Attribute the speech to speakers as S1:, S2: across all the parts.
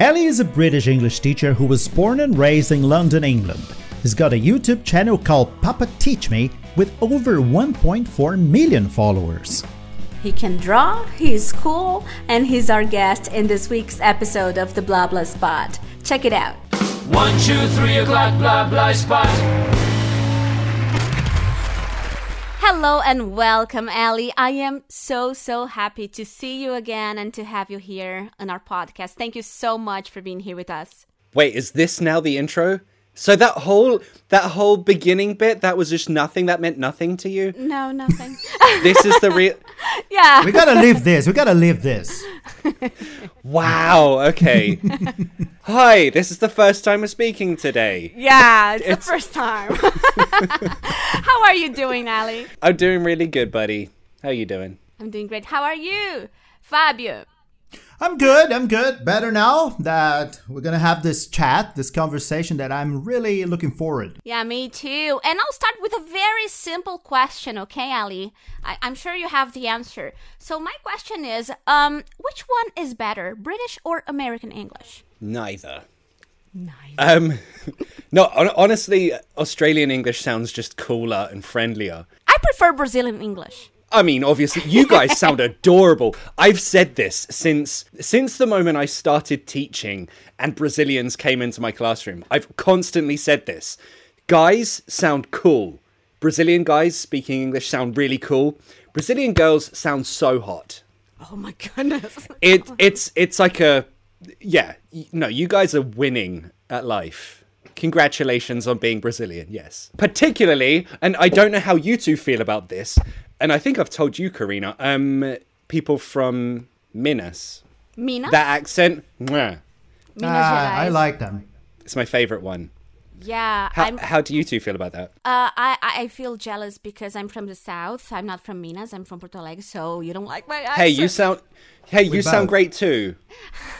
S1: Ellie is a British English teacher who was born and raised in London, England. He's got a YouTube channel called Papa Teach Me with over 1.4 million followers.
S2: He can draw, he's cool, and he's our guest in this week's episode of the Blah Blah Spot. Check it out.
S3: One, two, three o'clock, blah, blah, spot.
S2: Hello and welcome, Ellie. I am so, so happy to see you again and to have you here on our podcast. Thank you so much for being here with us.
S4: Wait, is this now the intro? So that whole that whole beginning bit that was just nothing that meant nothing to you.
S2: No, nothing.
S4: This is the real
S2: yeah.
S1: We gotta leave this, we gotta leave this.
S4: Wow, okay. Hi, this is the first time we're speaking today.
S2: Yeah, it's, the first time. How are you doing, Ellie?
S4: I'm doing really good, buddy. How you doing?
S2: I'm doing great. How are you, Fabio?
S1: I'm good, I'm good. Better now that we're gonna have this chat, this conversation that I'm really looking forward.
S2: Yeah, me too. And I'll start with a very simple question, okay, Ali? I- I'm sure you have the answer. So my question is, um, which one is better, British or American English?
S4: Neither.
S2: Neither.
S4: Um No, hon- honestly, Australian English sounds just cooler and friendlier.
S2: I prefer Brazilian English.
S4: I mean, obviously, you guys sound adorable. I've said this since since the moment I started teaching and Brazilians came into my classroom. I've constantly said this. Guys sound cool. Brazilian guys speaking English sound really cool. Brazilian girls sound so hot.
S2: Oh my goodness.
S4: It it's it's like a yeah, y- no, you guys are winning at life. Congratulations on being Brazilian, yes. Particularly, and I don't know how you two feel about this, and I think I've told you, Karina, um people from Minas.
S2: Minas?
S4: That accent, mwah,
S2: Minas
S1: Ah, I
S2: Gerais.
S1: like them.
S4: it's my favorite one.
S2: Yeah,
S4: How,
S2: I'm.
S4: how do you two feel about that?
S2: Uh, I I I feel jealous because I'm from the south. I'm not from Minas. I'm from Porto Alegre. So you don't like my accent.
S4: hey, you sound Hey, you sound
S1: both.
S4: great too.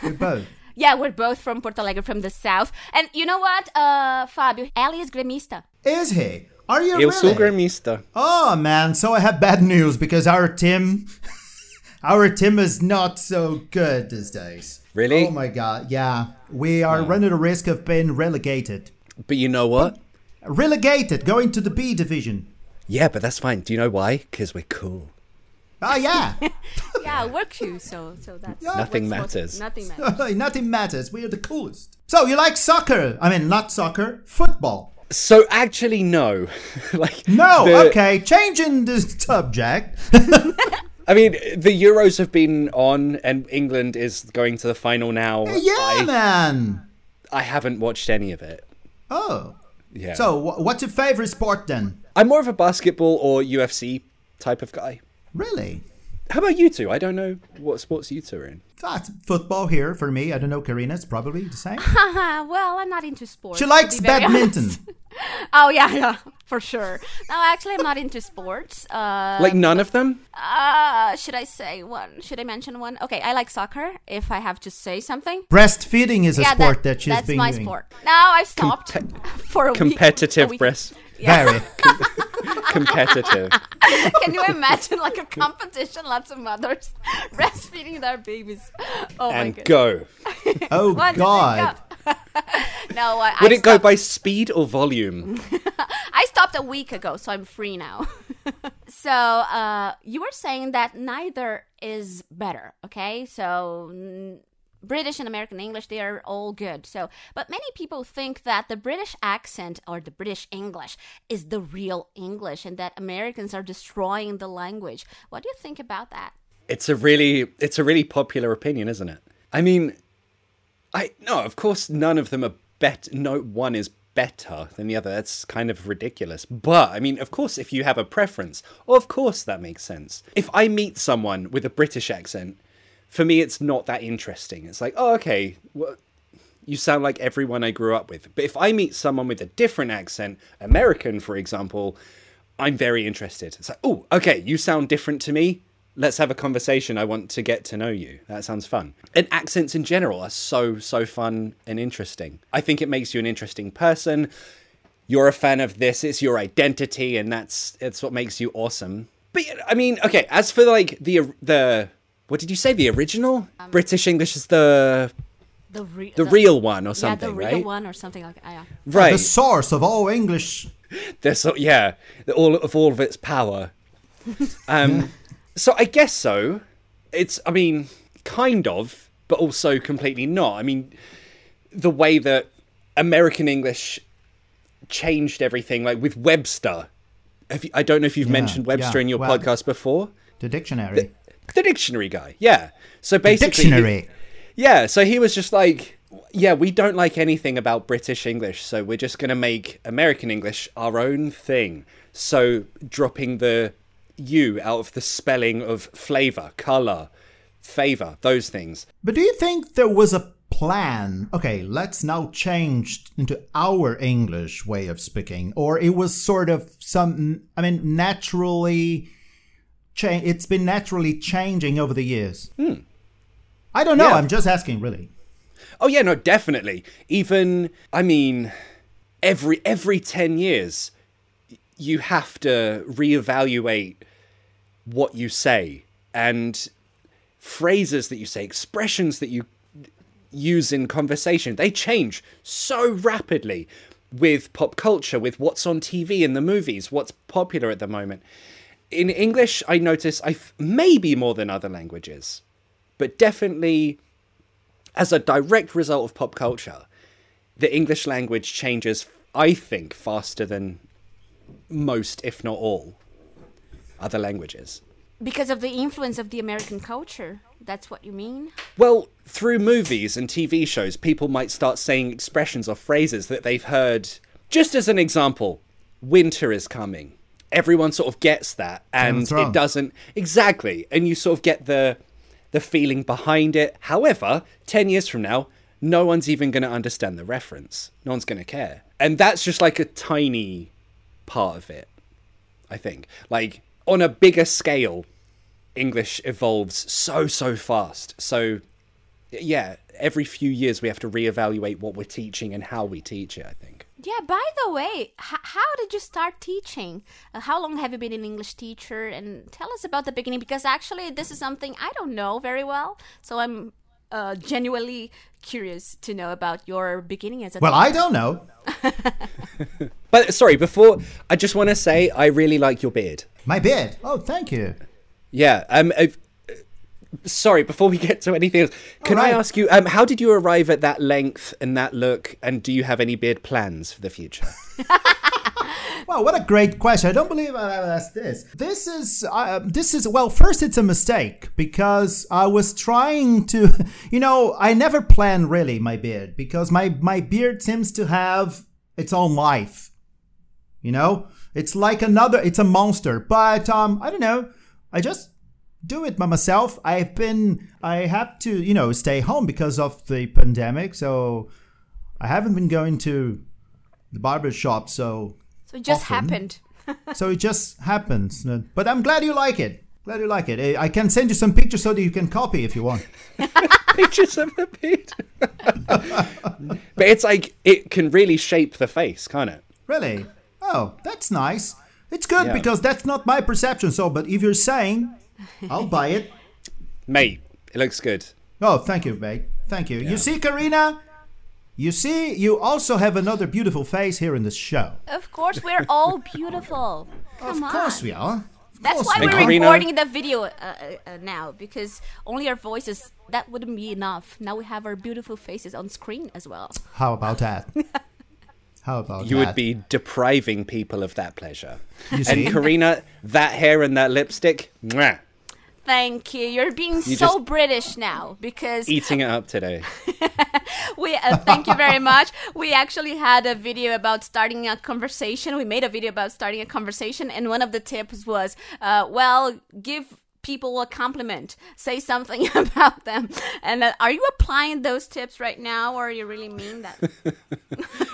S1: We both.
S2: Yeah, we're both from Porto Alegre, from the south. And you know what, uh, Fabio? Ali is gremista.
S1: Is he? Are you
S4: Eu sou
S1: really?
S4: gremista.
S1: Oh man, so I have bad news because our team our team is not so good these days.
S4: Really?
S1: Oh my god. Yeah. We are running the risk of being relegated.
S4: But you know what?
S1: Relegated, going to the B division.
S4: Yeah, but that's fine. Do you know why? Cuz we're cool.
S1: Ah yeah.
S2: Yeah, we're cute. So so that's
S4: Nothing
S2: what's-
S4: matters.
S2: Nothing matters.
S1: Nothing matters. We are the coolest. So you like soccer? I mean not soccer, football.
S4: So actually no. like
S1: No,
S4: the-
S1: okay, changing the subject.
S4: I mean, the Euros have been on, and England is going to the final now.
S1: yeah,
S4: I,
S1: man.
S4: I haven't watched any of it.
S1: Oh.
S4: Yeah.
S1: So wh- what's your favorite sport then?
S4: I'm more of a basketball or UFC type of guy.
S1: Really?
S4: How about you two? I don't know what sports you two are in.
S1: That's football here for me. I don't know, Karina. It's probably the same.
S2: Uh, well, I'm not into sports.
S1: She
S2: to
S1: likes
S2: be very
S1: badminton.
S2: honest. oh yeah, yeah, for sure. No, actually, I'm not into sports. Uh,
S4: Like none of them.
S2: uh, should I say one? Should I mention one? Okay, I like soccer. If I have to say something.
S1: Breastfeeding is a sport that, she's
S2: that's
S1: been
S2: my
S1: doing.
S2: sport. Now I've stopped for a week- a
S4: Competitive
S2: week.
S4: breast.
S1: Very.
S2: Oh
S4: Competitive.
S2: Can you imagine like a competition? Lots of mothers breastfeeding their babies. Oh my
S4: and
S2: goodness.
S4: go.
S1: Oh
S2: One, two,
S1: God.
S2: go. no, I,
S4: Would
S2: I
S4: it go
S2: stopped-
S4: by speed or volume?
S2: I stopped a week ago, so I'm free now. so uh, you were saying that neither is better, okay? So mm, British and American English, they are all good. So, but many people think that the British accent or the British English is the real English, and that Americans are destroying the language. What do you think about that?
S4: It's a really, it's a really popular opinion, isn't it? I mean, I no, of course, none of them are bet. No one is better than the other. That's kind of ridiculous. But I mean, of course, if you have a preference, of course, that makes sense. If I meet someone with a British accent, for me, it's not that interesting. It's like, oh, okay, well, you sound like everyone I grew up with. But if I meet someone with a different accent, American, for example, I'm very interested. It's like, oh, okay, you sound different to me. Let's have a conversation. I want to get to know you. That sounds fun. And accents in general are so, so fun and interesting. I think it makes you an interesting person. You're a fan of this, it's your identity, and that's it's what makes you awesome. But yeah, I mean, okay, as for like the the what did you say? The original? British English is the
S2: The, re-
S4: The real one or something,
S2: yeah, the real
S4: right?
S2: one or something like that. Yeah.
S4: Right.
S1: Oh, The source of all English.
S4: There's so, yeah, the- all of all of its power. Um, so I guess so. It's I mean, kind of, but also completely not. I mean, the way that American English changed everything, like with Webster. Have you, I don't know if you've
S1: Yeah,
S4: mentioned Webster
S1: yeah,
S4: in your
S1: well-
S4: podcast before.
S1: The dictionary.
S4: The dictionary guy, yeah. So basically,
S1: dictionary.
S4: yeah, so he was just like, yeah, we don't like anything about British English, so we're just going to make American English our own thing. So dropping the U out of the spelling of flavor, color, favor, those things.
S1: But do you think there was a plan? Okay, let's now change into our English way of speaking, or it was sort of some. I mean, naturally. Change. It's been naturally changing over the years. I don't know.
S4: Hmm. Yeah.
S1: I'm just asking, really.
S4: Oh yeah, no, definitely. Even I mean, every every ten years, y- you have to reevaluate what you say and phrases that you say, expressions that you use in conversation. They change so rapidly with pop culture, with what's on TV in the movies, what's popular at the moment. In English, I notice I f- maybe more than other languages, but definitely as a direct result of pop culture, the English language changes, I think, faster than most, if not all, other languages.
S2: Because of the influence of the American culture. That's what you mean?
S4: Well, through movies and TV shows, people might start saying expressions or phrases that they've heard. Just as an example, winter is coming. Everyone sort of gets that, and
S1: what's wrong?
S4: it doesn't exactly. And you sort of get the the feeling behind it. However, ten years from now, no one's even going to understand the reference. No one's going to care, and that's just like a tiny part of it. I think, like on a bigger scale, English evolves so so fast. So yeah, every few years we have to reevaluate what we're teaching and how we teach it, I think.
S2: Yeah, by the way, h- how did you start teaching? Uh, how long have you been an English teacher? And tell us about the beginning because actually, this is something I don't know very well. So I'm uh, genuinely curious to know about your beginning as a
S1: Well, I don't know.
S4: But sorry, before I just want to say I really like your beard.
S1: My beard. Oh, thank you.
S4: Yeah, um i sorry, before we get to anything else, can
S1: All right.
S4: I ask you um how did you arrive at that length and that look and do you have any beard plans for the future?
S1: Wow, what a great question! I don't believe I have asked this. This is uh, this is well. First, it's a mistake because I was trying to, you know, I never plan really my beard because my my beard seems to have its own life. You know, it's like another. It's a monster. But um, I don't know. I just do it by myself. I've been. I have to, you know, stay home because of the pandemic. So I haven't been going to the barber shop. So
S2: So it just
S1: Often.
S2: happened.
S1: so it just happens. But I'm glad you like it. Glad you like it. Eh, I can send you some pictures so that you can copy if you want.
S4: Pictures of the beard. but it's like it can really shape the face, can't it?
S1: Really? Oh, that's nice. It's good
S4: Yeah.
S1: because that's not my perception. So, but if you're saying, I'll buy it.
S4: Mate, it looks good.
S1: Oh, thank you, babe. Thank you. You see, Karina. You see, you also have another beautiful face here in this show.
S2: Of course, we're all beautiful. Come
S1: of course
S2: on.
S1: we are. Of
S2: That's
S1: course
S2: why
S1: we
S2: we're
S1: are.
S4: Karina-
S2: recording the video uh, uh, uh, now because only our voices that wouldn't be enough. Now we have our beautiful faces on screen as well.
S1: How about that? How about
S4: You
S1: that?
S4: would be depriving people of that pleasure.
S1: see?
S4: And Karina, that hair and that lipstick, mwah,
S2: Thank you. You're being so
S4: just-
S2: British now because
S4: eating it up today.
S2: we uh, thank you very much. We actually had a video about starting a conversation. We made a video about starting a conversation, and one of the tips was, uh, well, give people a compliment, say something about them. And uh, are you applying those tips right now, or you really mean that?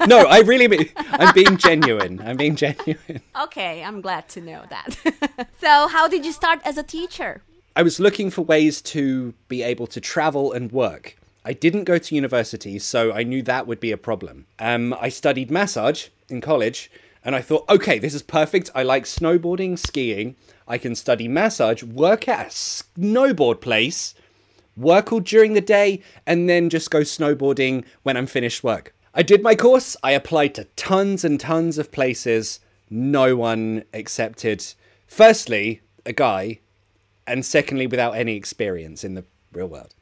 S4: No, I really mean, I'm being genuine. I'm being genuine.
S2: okay, I'm glad to know that. so, how did you start as a teacher?
S4: I was looking for ways to be able to travel and work. I didn't go to university, so I knew that would be a problem. Um, I studied massage in college, and I thought, okay, this is perfect. I like snowboarding, skiing. I can study massage, work at a snowboard place, work all during the day, and then just go snowboarding when I'm finished work. I did my course, I applied to tons and tons of places. No one accepted, firstly, a guy, and secondly, without any experience in the real world.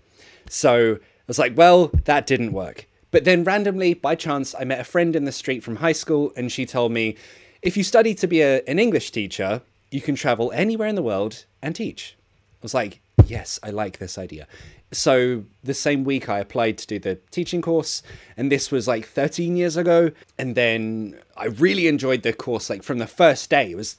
S4: So I was like, well, that didn't work. But then randomly, by chance, I met a friend in the street from high school, and she told me, if you study to be a, an English teacher, you can travel anywhere in the world and teach. I was like, yes, I like this idea. So the same week I applied to do the teaching course, and this was like 13 years ago. And then I really enjoyed the course, like from the first day. It was,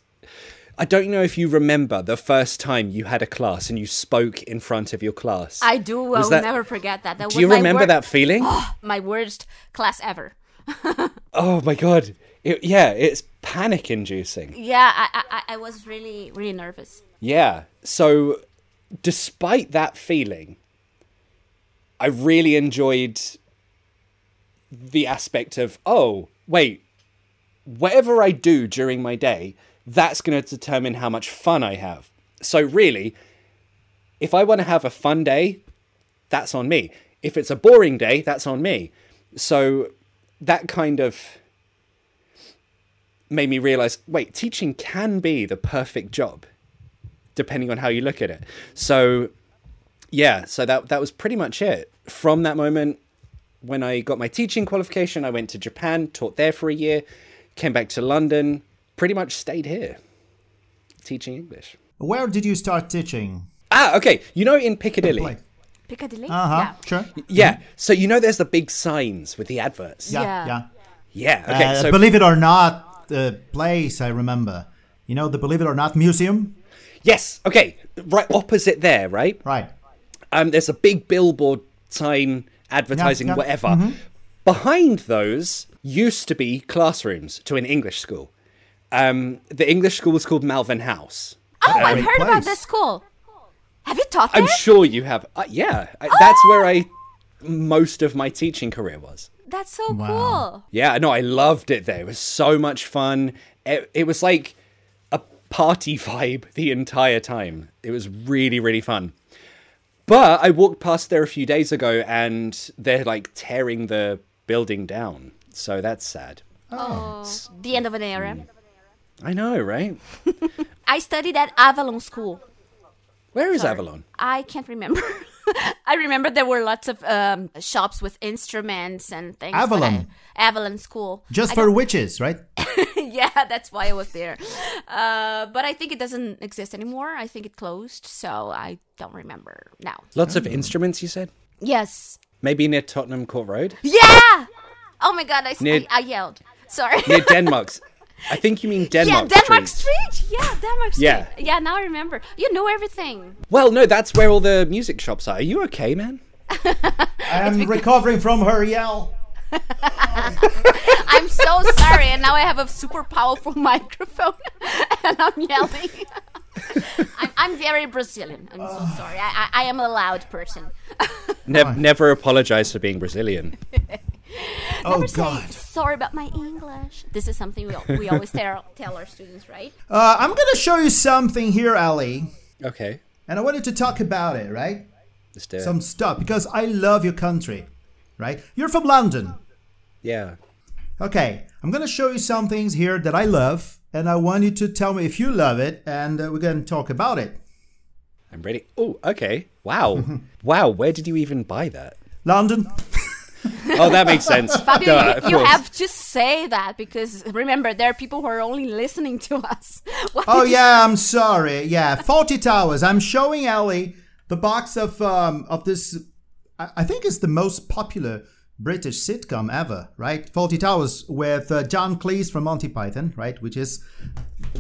S4: I don't know if you remember the first time you had a class and you spoke in front of your class.
S2: I do. I
S4: Was
S2: will
S4: that-
S2: never forget that. that
S4: Do
S2: was
S4: you
S2: my
S4: remember
S2: wor-
S4: that feeling?
S2: My worst class ever.
S4: oh my god! It, yeah, it's panic-inducing.
S2: Yeah, I, I, I- I was really, really nervous.
S4: Yeah. So, despite that feeling, I really enjoyed the aspect of, oh, wait, whatever I do during my day, that's going to determine how much fun I have. So, really, if I want to have a fun day, that's on me. If it's a boring day, that's on me. So, that kind of made me realize wait, teaching can be the perfect job depending on how you look at it. So yeah, so that that was pretty much it. From that moment when I got my teaching qualification, I went to Japan, taught there for a year, came back to London, pretty much stayed here teaching English.
S1: Where did you start teaching?
S4: Ah, okay. You know in Piccadilly.
S1: Like,
S2: Piccadilly?
S1: uh huh.
S2: Yeah.
S1: Sure.
S4: Yeah. So you know there's the big signs with the adverts.
S1: Yeah. Yeah.
S2: Yeah.
S4: Yeah. Okay.
S1: Uh,
S4: so
S1: believe it or not, the place I remember. You know the Believe It or Not Museum,
S4: yes. Okay. Right opposite there, right?
S1: right?
S4: um, there's a big billboard sign advertising
S1: Yeah, Mm-hmm. yeah.
S4: whatever. Behind those used to be classrooms to an English school. Um, the English school was called Malvern House.
S2: Oh, I've
S1: Great
S2: heard about
S1: place.
S2: this school. Have you taught there?
S1: Eh?
S4: I'm sure you have. Uh, yeah, I, that's where I most of my teaching career was.
S2: That's so
S1: Wow.
S2: cool.
S4: Yeah, no, I loved it there. It was so much fun. It, it was like a party vibe the entire time. It was really, really fun. But I walked past there a few days ago and they're like tearing the building down. So that's sad.
S2: The end of an
S1: Hmm.
S2: era.
S4: I know, right?
S2: I studied at Avalon School.
S4: Where is Avalon?
S2: I can't remember. I remember there were lots of um, shops with instruments and things. but
S1: Avalon.
S2: I- Avalon School.
S1: Just
S2: I
S1: for witches, right?
S2: yeah, that's why I was there. Uh, but I think it doesn't exist anymore. I think it closed, so I don't remember now.
S4: Lots of instruments, you said?
S2: Yes.
S4: Maybe near Tottenham Court Road?
S2: Yeah. Oh my god, I, s-
S4: Near-
S2: I, I yelled. Sorry.
S4: Near Denmark's. I think you mean Denmark.
S2: yeah, Denmark
S4: Street.
S2: Street. Yeah, Denmark Street.
S4: Yeah.
S2: Yeah. now I remember. You know everything.
S4: Well, no, that's where all the music shops are. Are you okay, man?
S1: I'm recovering from her yell.
S2: I'm so sorry, and now I have a super powerful microphone, and I'm yelling. I'm, I'm very Brazilian. I'm so sorry. I, I, I am a loud person.
S4: Ne- Never apologize for being Brazilian.
S1: Oh
S2: Never say,
S1: God.
S2: Sorry about my English. This is something we, al- we always tell, tell our students, right?
S1: Uh, I'm gonna show you something here, Ali,
S4: Okay.
S1: and I wanted to talk about it, right?
S4: Let's do it.
S1: Some stuff because I love your country, right? You're from London.
S4: Yeah.
S1: Okay, I'm gonna show you some things here that I love, and I want you to tell me if you love it, and uh, we're gonna talk about it.
S4: I'm ready. Oh, okay. Wow. wow. Where did you even buy that?
S1: London.
S4: Oh, that makes sense.
S2: Fabio,
S4: Duh,
S2: you,
S4: of
S2: you
S4: course.
S2: have to say that because remember, there are people who are only listening to us. Why
S1: Oh
S2: did you-
S1: yeah, I'm sorry. Yeah, Faulty Towers. I'm showing Ellie the box of um of this. I I think it's the most popular British sitcom ever, right? Faulty Towers with uh, John Cleese from Monty Python, right? Which is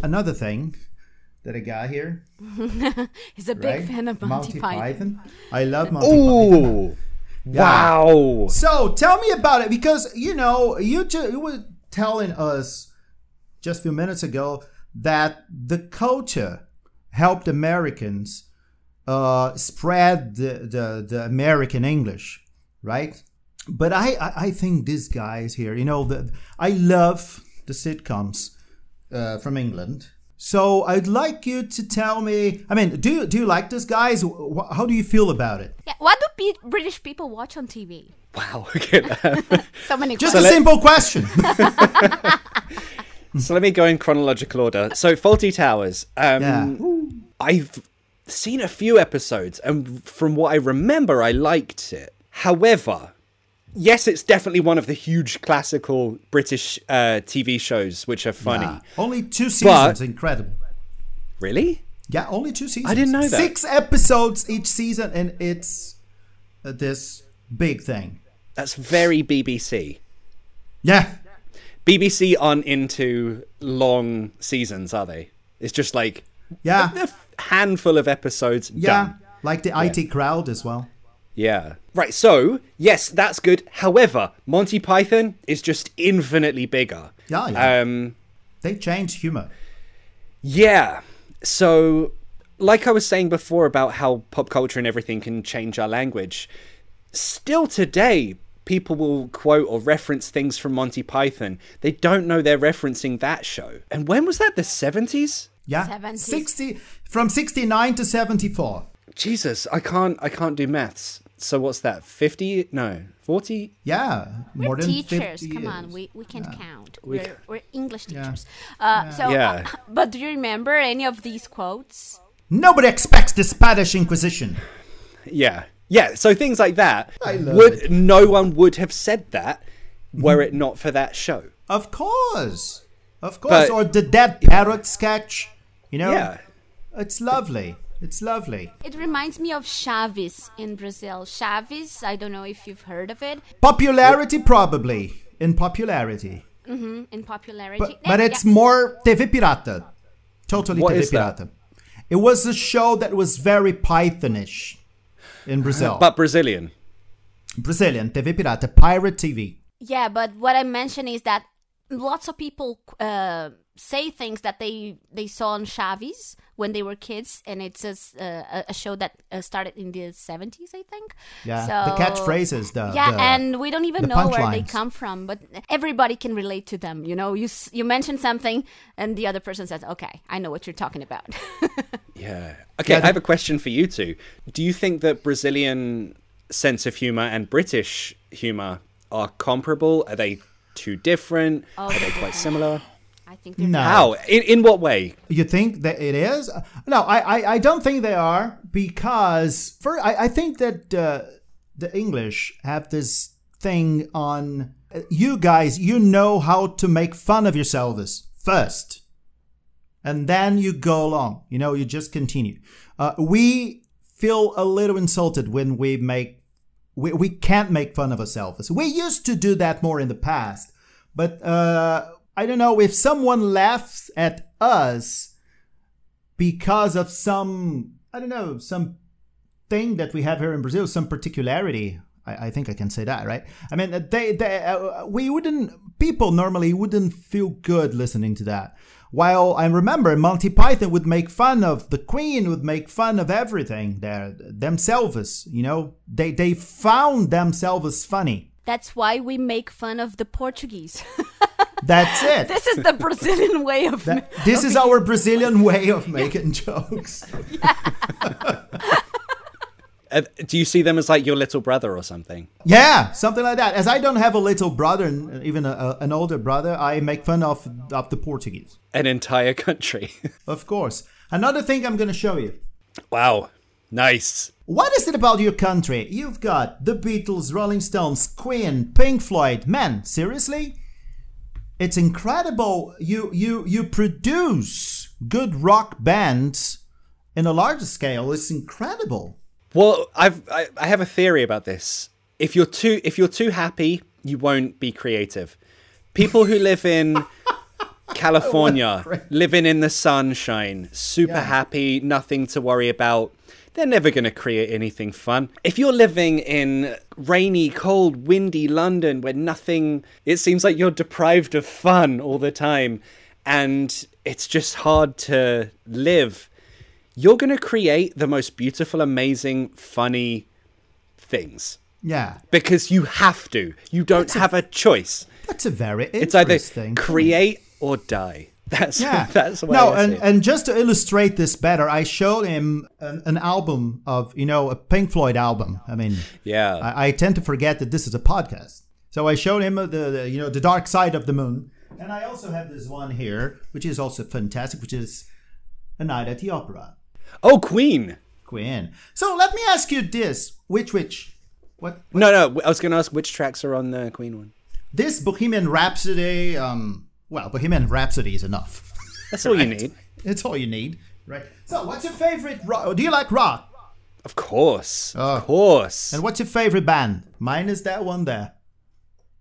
S1: another thing that I got here.
S2: He's a big
S1: Right?
S2: fan of Monty, Python.
S1: I love Monty Python.
S4: Ooh. Wow.
S1: So tell me about it because you know you ju- you were telling us just a few minutes ago that the culture helped Americans uh, spread the, the the American English, right? But I I, I think these guys here, you know, the, I love the sitcoms uh, from England. So I'd like you to tell me. I mean, do you, do you like this, guys? Wh- How do you feel about it?
S2: Yeah, what do pe- British people watch on TV?
S4: Wow. Okay.
S2: So many
S1: Just
S2: questions.
S1: a simple question.
S4: so let me go in chronological order. So Faulty Towers. Um,
S1: Yeah.
S4: I've seen a few episodes, and from what I remember, I liked it. However, yes, it's definitely one of the huge classical British uh, TV shows which are funny.
S1: only two seasons. Incredible.
S4: Really?
S1: Yeah, only two seasons.
S4: didn't know that.
S1: Six episodes each season, and it's uh, this big thing.
S4: That's very BBC.
S1: Yeah.
S4: BBC aren't into long seasons, are they? It's just like
S1: Yeah.
S4: a handful of episodes.
S1: Ah. Yeah.
S4: Done.
S1: Like the IT crowd as well.
S4: Yeah. Right, so, yes, that's good. However, Monty Python is just infinitely bigger.
S1: Yeah, yeah.
S4: Um,
S1: they change humor.
S4: yeah. So, like I was saying before about how pop culture and everything can change our language, still today, people will quote or reference things from Monty Python. They don't know they're referencing that show. And when was that? The 70s?
S1: Yeah.
S2: 70s.
S1: 60 from 69 to 74.
S4: Jesus, I can't I can't do maths. So what's that? 50? No, 40?
S1: Yeah. We're more than
S2: teachers,
S1: 50
S2: come on,
S1: years.
S2: we, we can't count.
S4: We
S2: We are
S4: ca-
S2: we're English teachers. Uh, So,
S4: Yeah.
S2: uh, but do you remember any of these quotes?
S1: Nobody expects the Spanish Inquisition.
S4: Yeah. Yeah, so things like that
S1: love
S4: would
S1: it.
S4: no one would have said that were it not for that show.
S1: Of course. Of course.
S4: But-
S1: or the dead parrot sketch. You know?
S4: Yeah.
S1: It's lovely. It's lovely.
S2: It reminds me of Chaves in Brazil. Chaves, I don't know if you've heard of it,
S1: Popularity, probably. In popularity.
S2: in popularity.
S1: But,
S2: Eh,
S1: but it's
S2: yeah.
S1: more TV Pirata. Totally
S4: What
S1: TV
S4: is that?
S1: Pirata. It was a show that was very Pythonish in Brazil.
S4: But Brazilian.
S1: Brazilian TV Pirata, Pirate TV.
S2: Yeah, but what I mention is that lots of people uh, say things that they they saw on Chaves when they were kids, and it's a s- uh, a, a show that uh, started in the seventies, I think.
S1: Yeah,
S2: so,
S1: the catchphrases, the
S2: yeah,
S1: the-
S2: and we don't even
S1: the
S2: know where they
S1: punchlines.
S2: come from, but everybody can relate to them. You know, you s- you mention something, and the other person says, "Okay, I know what you're talking about."
S4: Yeah. Okay, I have a question for you two. Do you think that Brazilian sense of humor and British humor are comparable? Are they too different? are they quite similar?
S2: I think they're
S1: No.
S4: How? In, in what way?
S1: You think that it is? No, I, I, I don't think they are because for I, I think that uh, the English have this thing on uh, you guys. You know how to make fun of yourselves first, and then you go along. You know, you just continue. Uh, we feel a little insulted when we make we, we can't make fun of ourselves. We used to do that more in the past, but uh, I don't know if someone laughs at us because of some I don't know some thing that we have here in Brazil, some particularity. I, I think I can say that, right? I mean, uh, they, they uh, we wouldn't people normally wouldn't feel good listening to that. While I remember Monty Python would make fun of the Queen, would make fun of everything there themselves. You know, they they found themselves funny.
S2: That's why we make fun of the Portuguese.
S1: That's it.
S2: this is the Brazilian way of
S1: That- this is our Brazilian way of making jokes.
S4: Uh, do you see them as like your little brother or something?
S1: Yeah, something like that. As I don't have a little brother, and even a, a, an older brother, I make fun of of the Portuguese.
S4: An entire country.
S1: Of course. Another thing I'm going to show you.
S4: wow. Nice.
S1: What is it about your country? You've got the Beatles, Rolling Stones, Queen, Pink Floyd. Man, seriously? It's incredible. You you you produce good rock bands in a larger scale. It's incredible.
S4: Well, I've I, I have a theory about this. If you're too if you're too happy, you won't be creative. People who live in California, living in the sunshine, super happy, nothing to worry about. They're never going to create anything fun. If you're living in rainy, cold, windy London where nothing, it seems like you're deprived of fun all the time and it's just hard to live you're going to create the most beautiful, amazing, funny things
S1: Yeah.
S4: because you have to. You don't have a choice.
S1: That's a very
S4: It's either
S1: interesting.
S4: create or die. That's
S1: Yeah.
S4: that's the way
S1: no,
S4: I
S1: and,
S4: see it.
S1: and just to illustrate this better, I showed him an, an album of, you know, a Pink Floyd album. I mean,
S4: yeah.
S1: I, I tend to forget that this is a podcast. So I showed him uh, the, the you know the dark side of the moon, and I also have this one here, which is also fantastic, which is a night at the opera.
S4: oh, Queen.
S1: Queen. So let me ask you this: which which what
S4: No, no. I was going to ask which tracks are on the Queen one.
S1: this Bohemian Rhapsody? Um, well, Bohemian Rhapsody is enough.
S4: That's all you need.
S1: it's all you need, right? So what's your favorite rock? Do you like rock?
S4: Of course.
S1: Oh.
S4: Of course.
S1: And what's your favorite band? Mine is that one there,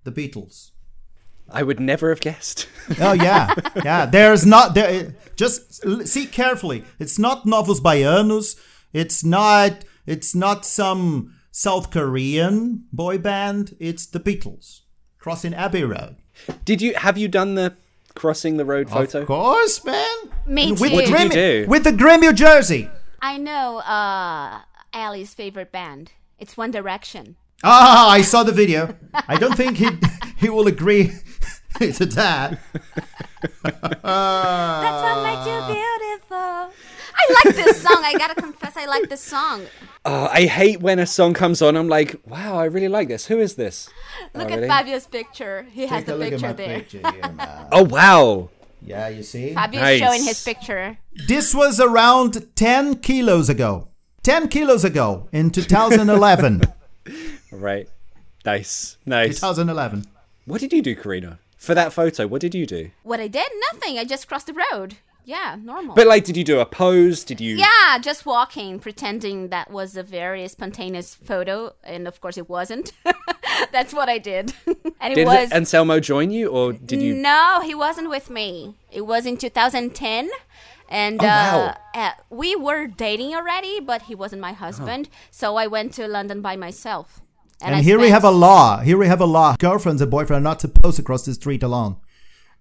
S1: the Beatles.
S4: I would never have guessed.
S1: Oh yeah, yeah. There's not there. Just l- see carefully. It's not Novus Baianus. It's not. It's not some South Korean boy band. It's the Beatles crossing Abbey Road.
S4: Did you have you done the crossing the road photo?
S1: Of course, man.
S2: Me
S1: with The
S2: too. What did
S4: you
S1: Grimmy,
S4: do?
S1: With the Gremio jersey.
S2: I know uh, Ali's favorite band. It's One Direction.
S1: Ah, I saw the video. I don't think he he will agree to that.
S2: That's what makes you beautiful. I like this song. I gotta confess, I like this song.
S4: Oh, I hate when a song comes on. I'm like, wow, I really like this. Who is this?
S2: Look
S4: Oh,
S2: at
S4: really?
S2: Fabio's picture. He has the picture there.
S1: here, man.
S4: Oh wow.
S1: Yeah, you see.
S2: Fabio's
S4: Nice.
S2: showing his picture.
S1: This was around 10 kilos ago. 10 kilos ago in 2011.
S4: Right. Nice. Nice.
S1: 2011.
S4: What did you do, Karina? For that photo, what did you do?
S2: What I did? Nothing. I just crossed the road. Yeah, normal.
S4: But like, did you do a pose? Did you?
S2: yeah, just walking, pretending that was a very spontaneous photo, and of course it wasn't. That's what I did, and it
S4: Did
S2: was.
S4: Anselmo join you, or did you?
S2: No, he wasn't with me. It was in 2010. And
S4: Oh,
S2: uh,
S4: wow.
S2: uh, we were dating already, but he wasn't my husband. So I went to London by myself.
S1: And,
S2: I
S1: here we
S2: spent-
S1: have a law. Here we have a law. Girlfriends and boyfriends are not supposed to cross the street alone.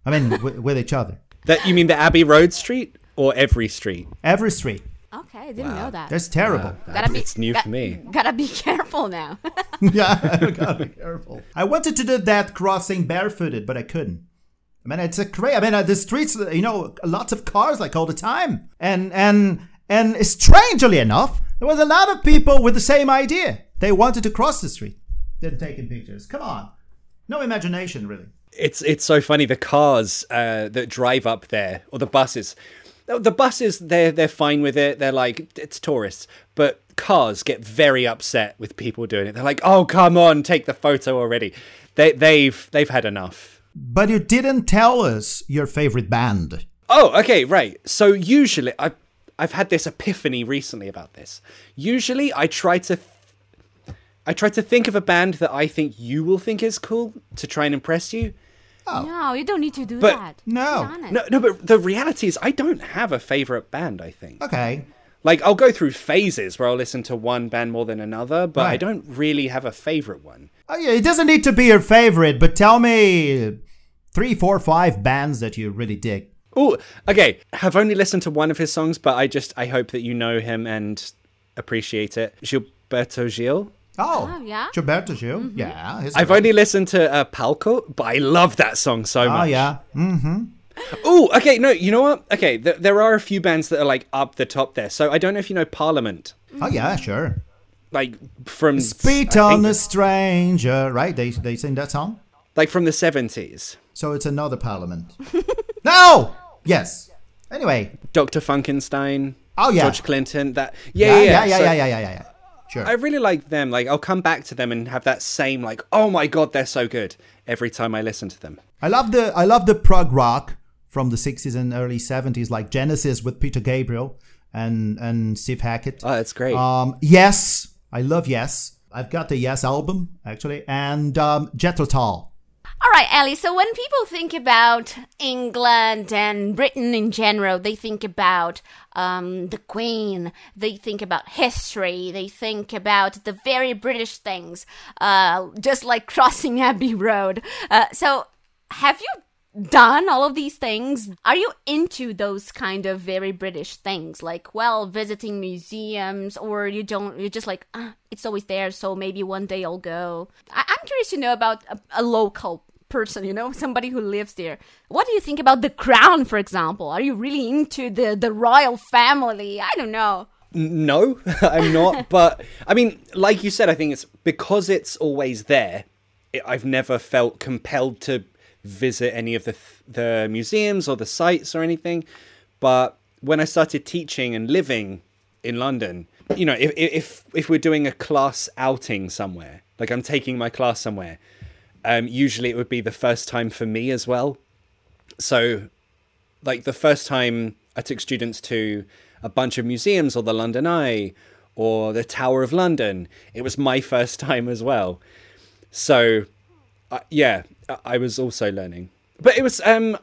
S1: I mean, with, with each other.
S4: That you mean the Abbey Road Street or every street?
S1: Every street.
S2: Okay, I didn't know that.
S1: That's terrible.
S2: Gotta be-
S4: it's new
S2: got-
S4: for me.
S2: Gotta be careful now.
S1: yeah, I gotta be careful. I wanted to do that crossing barefooted, but I couldn't. I mean, it's a crazy. I mean, uh, the streets, uh, you know, lots of cars like all the time, and and and strangely enough, there was a lot of people with the same idea. They wanted to cross the street, then taking pictures. Come on, no imagination, really.
S4: It's it's so funny the cars uh, that drive up there or the buses. Oh, The buses they're they're fine with it. They're like it's tourists, but cars get very upset with people doing it. They're like, oh come on, take the photo already. They they've they've had enough.
S1: But you didn't tell us your favorite band.
S4: Oh okay right. So usually I I've had this epiphany recently about this. Usually I try to. Th- I try to think of a band that I think you will think is cool to try and impress you.
S2: no, you don't need to do
S4: But-
S2: that.
S1: No.
S2: Be honest.
S4: No, no, but the reality is, I don't have a favorite band. I think,
S1: Okay,
S4: like, I'll go through phases where I'll listen to one band more than another, but I
S1: Right.
S4: don't really have a favorite one.
S1: oh, yeah, it doesn't need to be your favorite, but tell me three, four, five bands that you really dig.
S4: Oh, okay. Have only listened to one of his songs, but I just I hope that you know him and appreciate it. Gilberto Gil.
S1: Oh,
S2: Oh, yeah? Mm-hmm.
S1: Gilberto Gil. Yeah, his
S4: I've only listened to uh, Palco, but I love that song so
S1: Oh
S4: much.
S1: yeah,
S4: Oh, okay. No, you know what? Okay, th- there are a few bands that are like up the top there. So I don't know if you know Parliament,
S1: oh yeah, sure.
S4: like from
S1: Beat
S4: I
S1: on
S4: think-
S1: a stranger, right? They they sing that song,
S4: like from the seventies.
S1: so it's another parliament. no, yes. Anyway,
S4: Dr. Funkenstein.
S1: Oh, yeah.
S4: George Clinton. That
S1: yeah,
S4: yeah
S1: yeah, yeah,
S4: yeah
S1: yeah,
S4: So
S1: yeah, yeah, yeah, yeah. Sure.
S4: I really like them. Like I'll come back to them and have that same like oh my god they're so good every time I listen to them.
S1: I love the I love the prog rock from the '60s and early '70s, like Genesis with Peter Gabriel and and Steve Hackett.
S4: Oh that's great.
S1: Um, yes, I love Yes. I've got the Yes album actually, and um, Jethro Tull.
S2: All right, Ellie. So when people think about England and Britain in general, they think about um, the Queen. They think about history. They think about the very British things, uh, just like crossing Abbey Road. Uh, so have you done all of these things? Are you into those kind of very British things, like well, visiting museums, or you don't? You're just like, ah, it's always there, so maybe one day I'll go. I- I'm curious to know about a, a local person, you know, somebody who lives there. What do you think about the crown, for example? Are you really into the, the royal family? I don't know.
S4: No, I'm not. but I mean, like you said, I think it's because it's always there. It, I've never felt compelled to visit any of the th- the museums or the sites or anything. But when I started teaching and living in London, you know, if if if we're doing a class outing somewhere, like I'm taking my class somewhere, um, usually it would be the first time for me as well. So like the first time I took students to a bunch of museums or the London Eye or the Tower of London, it was my first time as well. So, uh, yeah, I- I was also learning. But it was, um,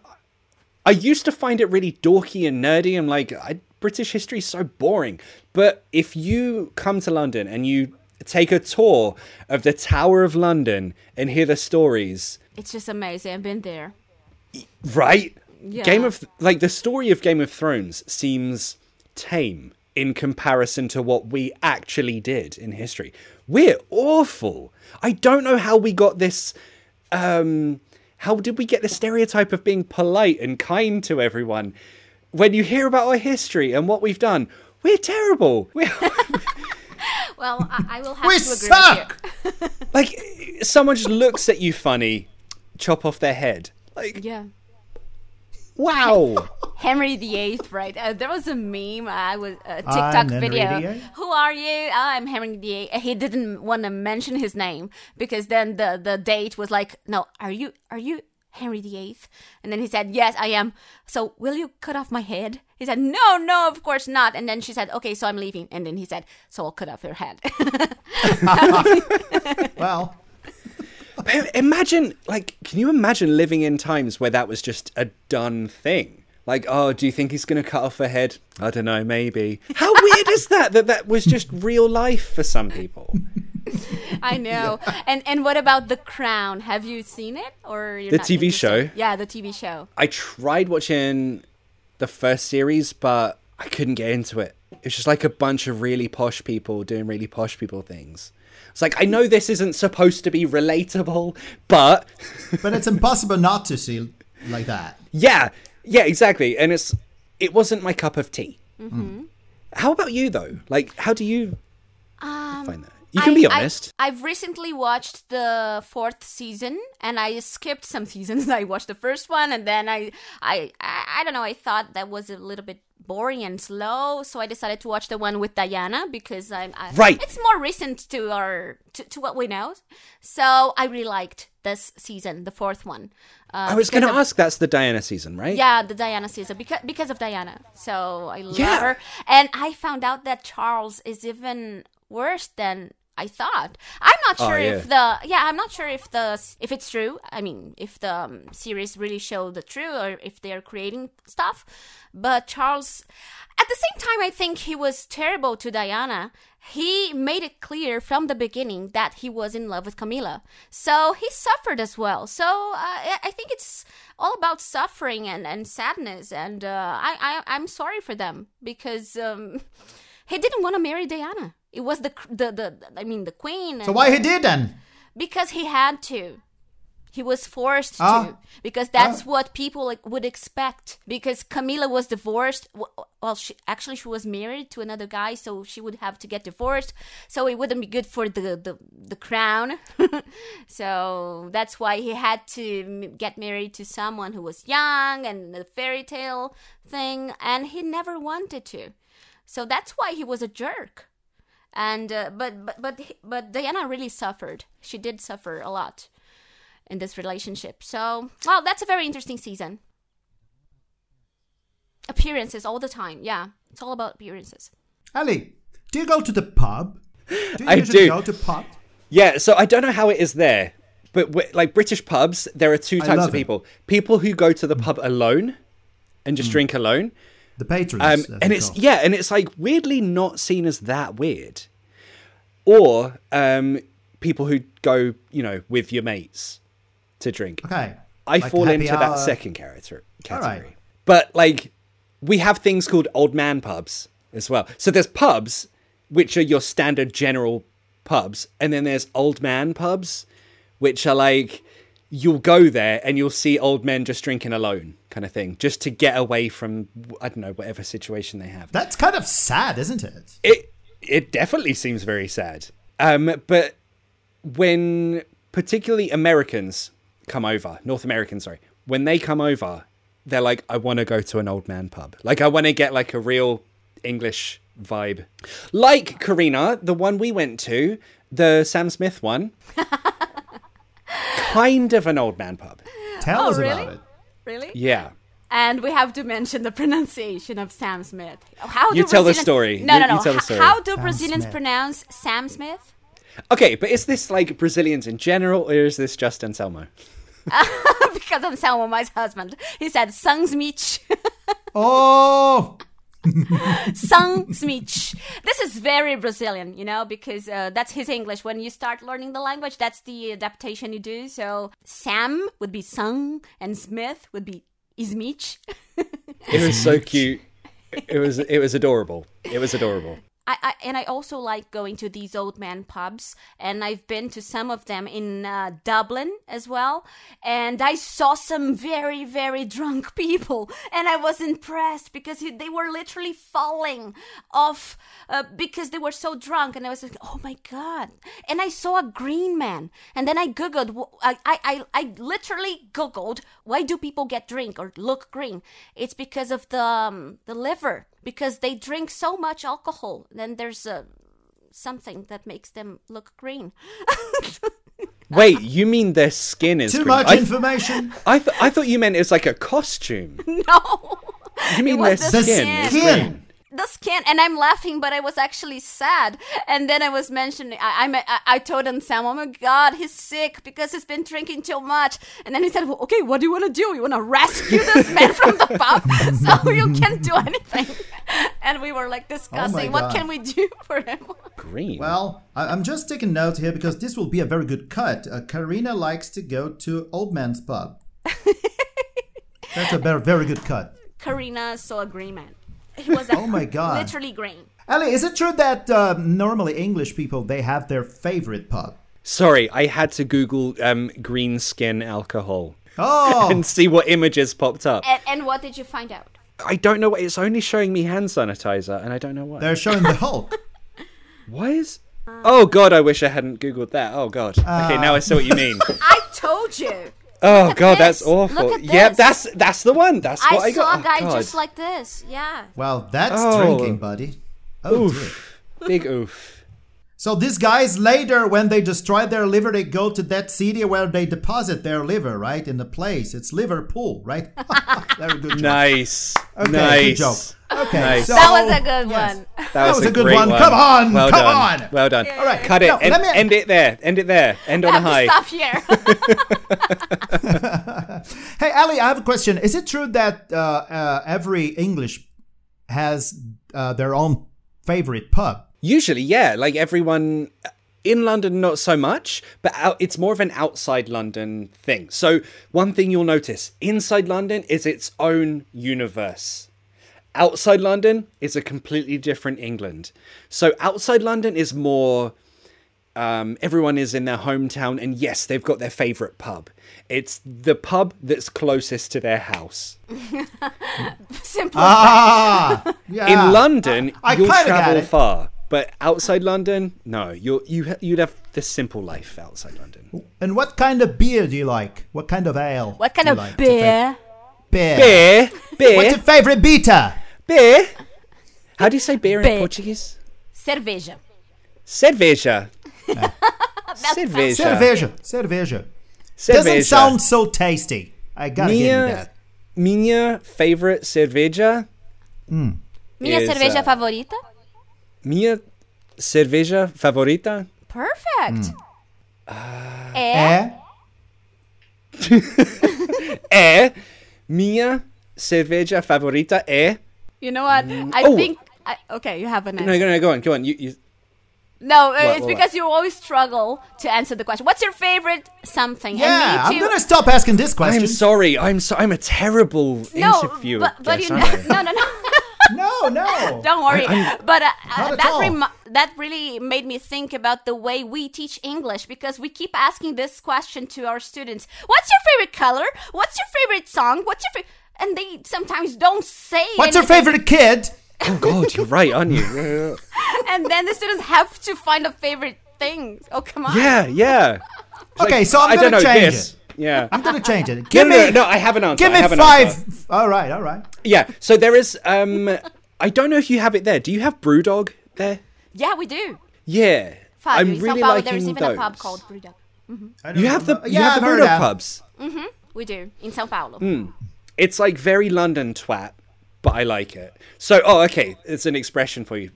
S4: I used to find it really dorky and nerdy. I'm like, I, British history is so boring. But if you come to London and you take a tour of the Tower of London and hear the stories,
S2: It's just amazing. I've been there.
S4: right
S2: Yeah.
S4: game of like the story of game of thrones seems tame in comparison to what we actually did in history we're awful i don't know how we got this um how did we get the stereotype of being polite and kind to everyone when you hear about our history and what we've done we're terrible we're
S2: Well, I, I will have
S1: We
S2: to agree with you.
S1: suck!
S4: like someone just looks at you funny chop off their head like
S2: Yeah.
S4: wow
S2: Henry VIII, right? Uh, there was a meme. I was a
S1: I'm
S2: TikTok
S1: Henry
S2: video.
S1: VIII.
S2: Who are you? Oh, I'm Henry VIII. Uh, He didn't want to mention his name because then the the date was like, no, are you are you Henry VIII? And then he said, yes, I am. So will you cut off my head? He said, no, no, of course not. And then she said, okay, so I'm leaving. And then he said, so I'll cut off your head.
S1: Well,
S4: But imagine, like, can you imagine living in times where that was just a done thing? Like, oh, do you think he's going to cut off a head? I don't know, maybe. How weird is that? That that was just real life for some people.
S2: I know. And and what about The Crown? Have you seen it or you're
S4: The
S2: not
S4: TV
S2: interested?
S4: show?
S2: Yeah, the TV show.
S4: I tried watching the first series, but I couldn't get into it. It's just like a bunch of really posh people doing really posh people things. It's like I know this isn't supposed to be relatable, but
S1: but it's impossible not to see like that.
S4: Yeah, yeah, exactly. And it's it wasn't my cup of tea.
S2: Mm-hmm.
S4: Mm. How about you though? Like, how do you find that? You can
S2: Um, I-
S4: be
S2: I-
S4: honest.
S2: I've recently watched the fourth season, and I skipped some seasons. I watched the first one, and then I, I, I, I don't know. I thought that was a little bit boring and slow, so I decided to watch the one with Diana because I'm I,
S4: Right.
S2: It's more recent to our to, to what we know, so I really liked this season, the fourth one. Uh,
S4: I, was going
S2: because
S4: to
S2: of-
S4: ask. That's the Diana season, right?
S2: yeah, the Diana season because because of Diana. So I love
S4: Yeah.
S2: her, and I found out that Charles is even worse than I thought. I'm not
S4: Ah,
S2: sure if the yeah, I'm not sure if the if it's true. I mean, if the um, series really show the true or if they are creating stuff. But Charles, at the same time, I think he was terrible to Diana. He made it clear from the beginning that he was in love with Camilla, so he suffered as well. So uh, I I think it's all about suffering and, and sadness, and uh, I, I I'm sorry for them because um, he didn't want to marry Diana. It was the cr- the the I mean the queen.
S1: So why he did then?
S2: Because he had to. He was forced
S1: Ah.
S2: to because that's what people like, would expect. Because Camila was divorced. W- Well, she actually she was married to another guy, so she would have to get divorced. So it wouldn't be good for the the, the crown. so that's why he had to m- get married to someone who was young and the fairy tale thing, and he never wanted to. So that's why he was a jerk and uh, but but but but Diana really suffered. She did suffer a lot in this relationship. So well, that's a very interesting season. Appearances all the time. Yeah, it's all about appearances.
S1: Ali, do you go to the pub? Do you
S4: I
S1: usually
S4: do.
S1: go to pub?
S4: Yeah. So I don't know how it is there, but w- like British pubs, there are two
S1: I
S4: types
S1: love
S4: of
S1: it.
S4: people: people who go to the pub alone and
S1: Mm.
S4: just drink alone,
S1: The patrons.
S4: um,
S1: as
S4: and
S1: we
S4: it's
S1: call.
S4: yeah, and it's like weirdly not seen as that weird, or um, people who go, you know, with your mates to drink.
S1: Okay.
S4: I
S1: Like
S4: fall
S1: happy
S4: into
S1: hour.
S4: that second character category.
S1: right.
S4: But like we have things called old man pubs as well. So there's pubs which are your standard general pubs and then there's old man pubs which are like you'll go there and you'll see old men just drinking alone, kind of thing, just to get away from I don't know whatever situation they have.
S1: That's kind of sad, isn't it?
S4: It it definitely seems very sad. Um, but when particularly Americans come over, North Americans, sorry, when they come over, they're like, I want to go to an old man pub. Like, I want to get like a real English vibe. Like Karina, the one we went to, the Sam Smith one, kind of an old man pub.
S1: Tell
S2: Oh,
S1: us
S2: really?
S1: about it.
S2: Really?
S4: Yeah.
S2: And we have to mention the pronunciation of Sam Smith. How do
S4: You tell the
S2: Brazilians-
S4: story.
S2: No,
S4: You-
S2: no, no.
S4: you tell the
S2: H-
S4: story.
S2: How do
S1: Sam
S2: Brazilians
S1: Smith.
S2: pronounce Sam Smith?
S4: Okay, but is this like Brazilians in general, or is this just Anselmo?
S2: because of Sam my husband. He said Sam Smith.
S1: Oh,
S2: Sam Smith. This is very Brazilian, you know, because uh, that's his English. When you start learning the language, that's the adaptation you do. So Sam would be Sam, and Smith would be Smith.
S4: It was so cute. It was it was adorable. It was adorable.
S2: I, I and I also like going to these old man pubs, and I've been to some of them in uh, Dublin as well. And I saw some very very drunk people, and I was impressed because he- they were literally falling off uh, because they were so drunk. And I was like, oh my god! And I saw a green man, and then I googled. wh- I I I, I literally googled why do people get drink or look green? It's because of the um, the liver because they drink so much alcohol then there's a something that makes them look green
S4: Wait, you mean their skin is
S1: too
S4: green?
S1: much
S4: I,
S1: information.
S4: I, th- I thought you meant it was like a costume.
S2: no
S4: You mean their
S2: was the
S4: skin, is
S2: skin.
S4: green?
S1: Skin.
S2: the skin and i'm laughing but i was actually sad and then i was mentioning i I'm- i, I told him sam oh my god he's sick because he's been drinking too much and then he said well, okay what do you want to do you want to rescue this man from the pub so you can't do anything and we were like discussing what
S1: Oh God.
S2: can we do for him
S4: Green.
S1: Well, I- I'm just taking note here because this will be a very good cut. Uh, Karina likes to go to old man's pub. That's a very, very good cut.
S2: Karina saw a green man. He was like,
S1: Oh my God.
S2: literally green.
S1: Ellie, is it true that uh, normally English people they have their favorite pub?
S4: Sorry, I had to Google um, green skin alcohol
S1: Oh,
S4: and see what images popped up.
S2: And, and what did you find out?
S4: I don't know. why- It's only showing me hand sanitizer, and I don't know why.
S1: they're showing the Hulk.
S4: Why is? Oh God, I wish I hadn't Googled that. Oh God. okay, now I see what you mean.
S1: Uh,
S2: I told you.
S4: oh
S2: at
S4: God, that's
S2: this.
S4: awful.
S2: Look at
S4: Yeah,
S2: this.
S4: that's that's the one. That's
S2: I,
S4: what I
S2: saw
S4: got.
S2: a
S4: Oh,
S2: guy
S4: God.
S2: just like this. Yeah.
S1: Well, that's
S4: Oh.
S1: drinking, buddy. Oh, dear.
S4: big oof.
S1: So these guys later, when they destroy their liver, they go to that city where they deposit their liver, right? In the place. It's Liverpool, right? Very good joke.
S4: Nice.
S1: Okay,
S4: nice.
S1: good joke. Okay,
S4: Nice.
S1: so
S2: That was a good
S1: yes.
S2: one.
S4: That was,
S1: was a good
S4: great
S1: one. Come on,
S4: Well
S1: come
S4: done.
S1: on.
S4: Well done. All
S1: right,
S4: Cut it.
S1: no,
S4: end,
S1: let me-
S4: end it there. End it there. End on a
S2: I have to
S4: high.
S2: stop here.
S1: Hey, Ali, I have a question. Is it true that uh, uh, every English has uh, their own favorite pub?
S4: Usually, yeah. Like everyone uh, in London, not so much, but out, it's more of an outside London thing. So, one thing you'll notice inside London is its own universe. Outside London is a completely different England. So, outside London is more. Um, everyone is in their hometown, and yes, they've got their favorite pub. It's the pub that's closest to their house.
S2: Simple.
S1: Ah, yeah.
S4: in London,
S1: I
S4: you'll
S1: kinda got
S4: travel
S1: it.
S4: far, but outside London, no. You'll you ha- you'd have the simple life outside London.
S1: And what kind of beer do you like? What kind of ale?
S2: what kind
S1: do
S2: of
S1: you like to
S2: beer?
S1: drink? Beer.
S4: Beer,
S1: What's your
S4: beer,
S1: favorite beta?
S4: beer. How do you say beer in
S2: Beer.
S4: Portuguese?
S2: Cerveja.
S4: Cerveja. Cerveja.
S1: Cerveja. Cerveja. Doesn't
S4: Cerveja.
S1: sound so tasty. I gotta give you
S4: Minha,
S1: that.
S4: minha favorite cerveja.
S2: Minha
S4: Is,
S2: cerveja
S4: uh,
S2: favorita?
S4: Minha cerveja favorita.
S2: Perfect.
S4: Hmm.
S1: Eh?
S2: É.
S4: É minha cerveja favorita. É.
S2: You know what? I
S4: Oh.
S2: think. I, okay, you have an
S4: No,
S2: answer.
S4: no, no, go on, go on. You, you,
S2: No, uh, it's
S4: what,
S2: because you always struggle to answer the question. What's your favorite something? And
S1: Yeah,
S2: me
S1: I'm
S2: too.
S1: gonna stop asking this question.
S4: I'm sorry. I'm so. I'm a terrible
S2: no,
S4: interviewer.
S2: but, but you
S4: guess, aren't
S2: no,
S4: I?
S2: no, no.
S1: No, no.
S2: Don't worry. but uh, uh,
S1: at
S2: that
S1: all.
S2: remi- that really made me think about the way we teach English because we keep asking this question to our students: What's your favorite color? What's your favorite song? What's your favorite? And they sometimes don't say.
S1: What's your
S2: anything.
S1: favorite kid?
S4: Oh God, you're right, aren't you? Yeah,
S2: And then the students have to find a favorite thing. Oh come on.
S4: yeah. yeah.
S1: Okay, so I'm
S4: I don't
S1: gonna
S4: know
S1: change
S4: this.
S1: it.
S4: Yeah.
S1: I'm gonna change it.
S4: No,
S1: Give
S4: no,
S1: me
S4: no, no, I have an answer.
S1: give
S4: I
S1: me
S4: have an
S1: five.
S4: answer.
S1: All right, all right.
S4: Yeah. So there is. Um, I don't know if you have it there. Do you have Brewdog there?
S2: Yeah, we do.
S4: Yeah.
S2: Fabio,
S4: I'm
S2: in
S4: really
S2: São Paulo,
S4: liking
S2: there's even
S4: those.
S2: a pub called Brewdog.
S1: I don't
S4: You have the
S1: remember-
S4: you
S1: yeah,
S4: have the
S1: I've heard
S4: Brewdog
S1: that.
S4: pubs.
S2: We do in São Paulo.
S1: Mm,
S4: It's like very London twat, but I like it. So, oh, okay, it's an expression for you.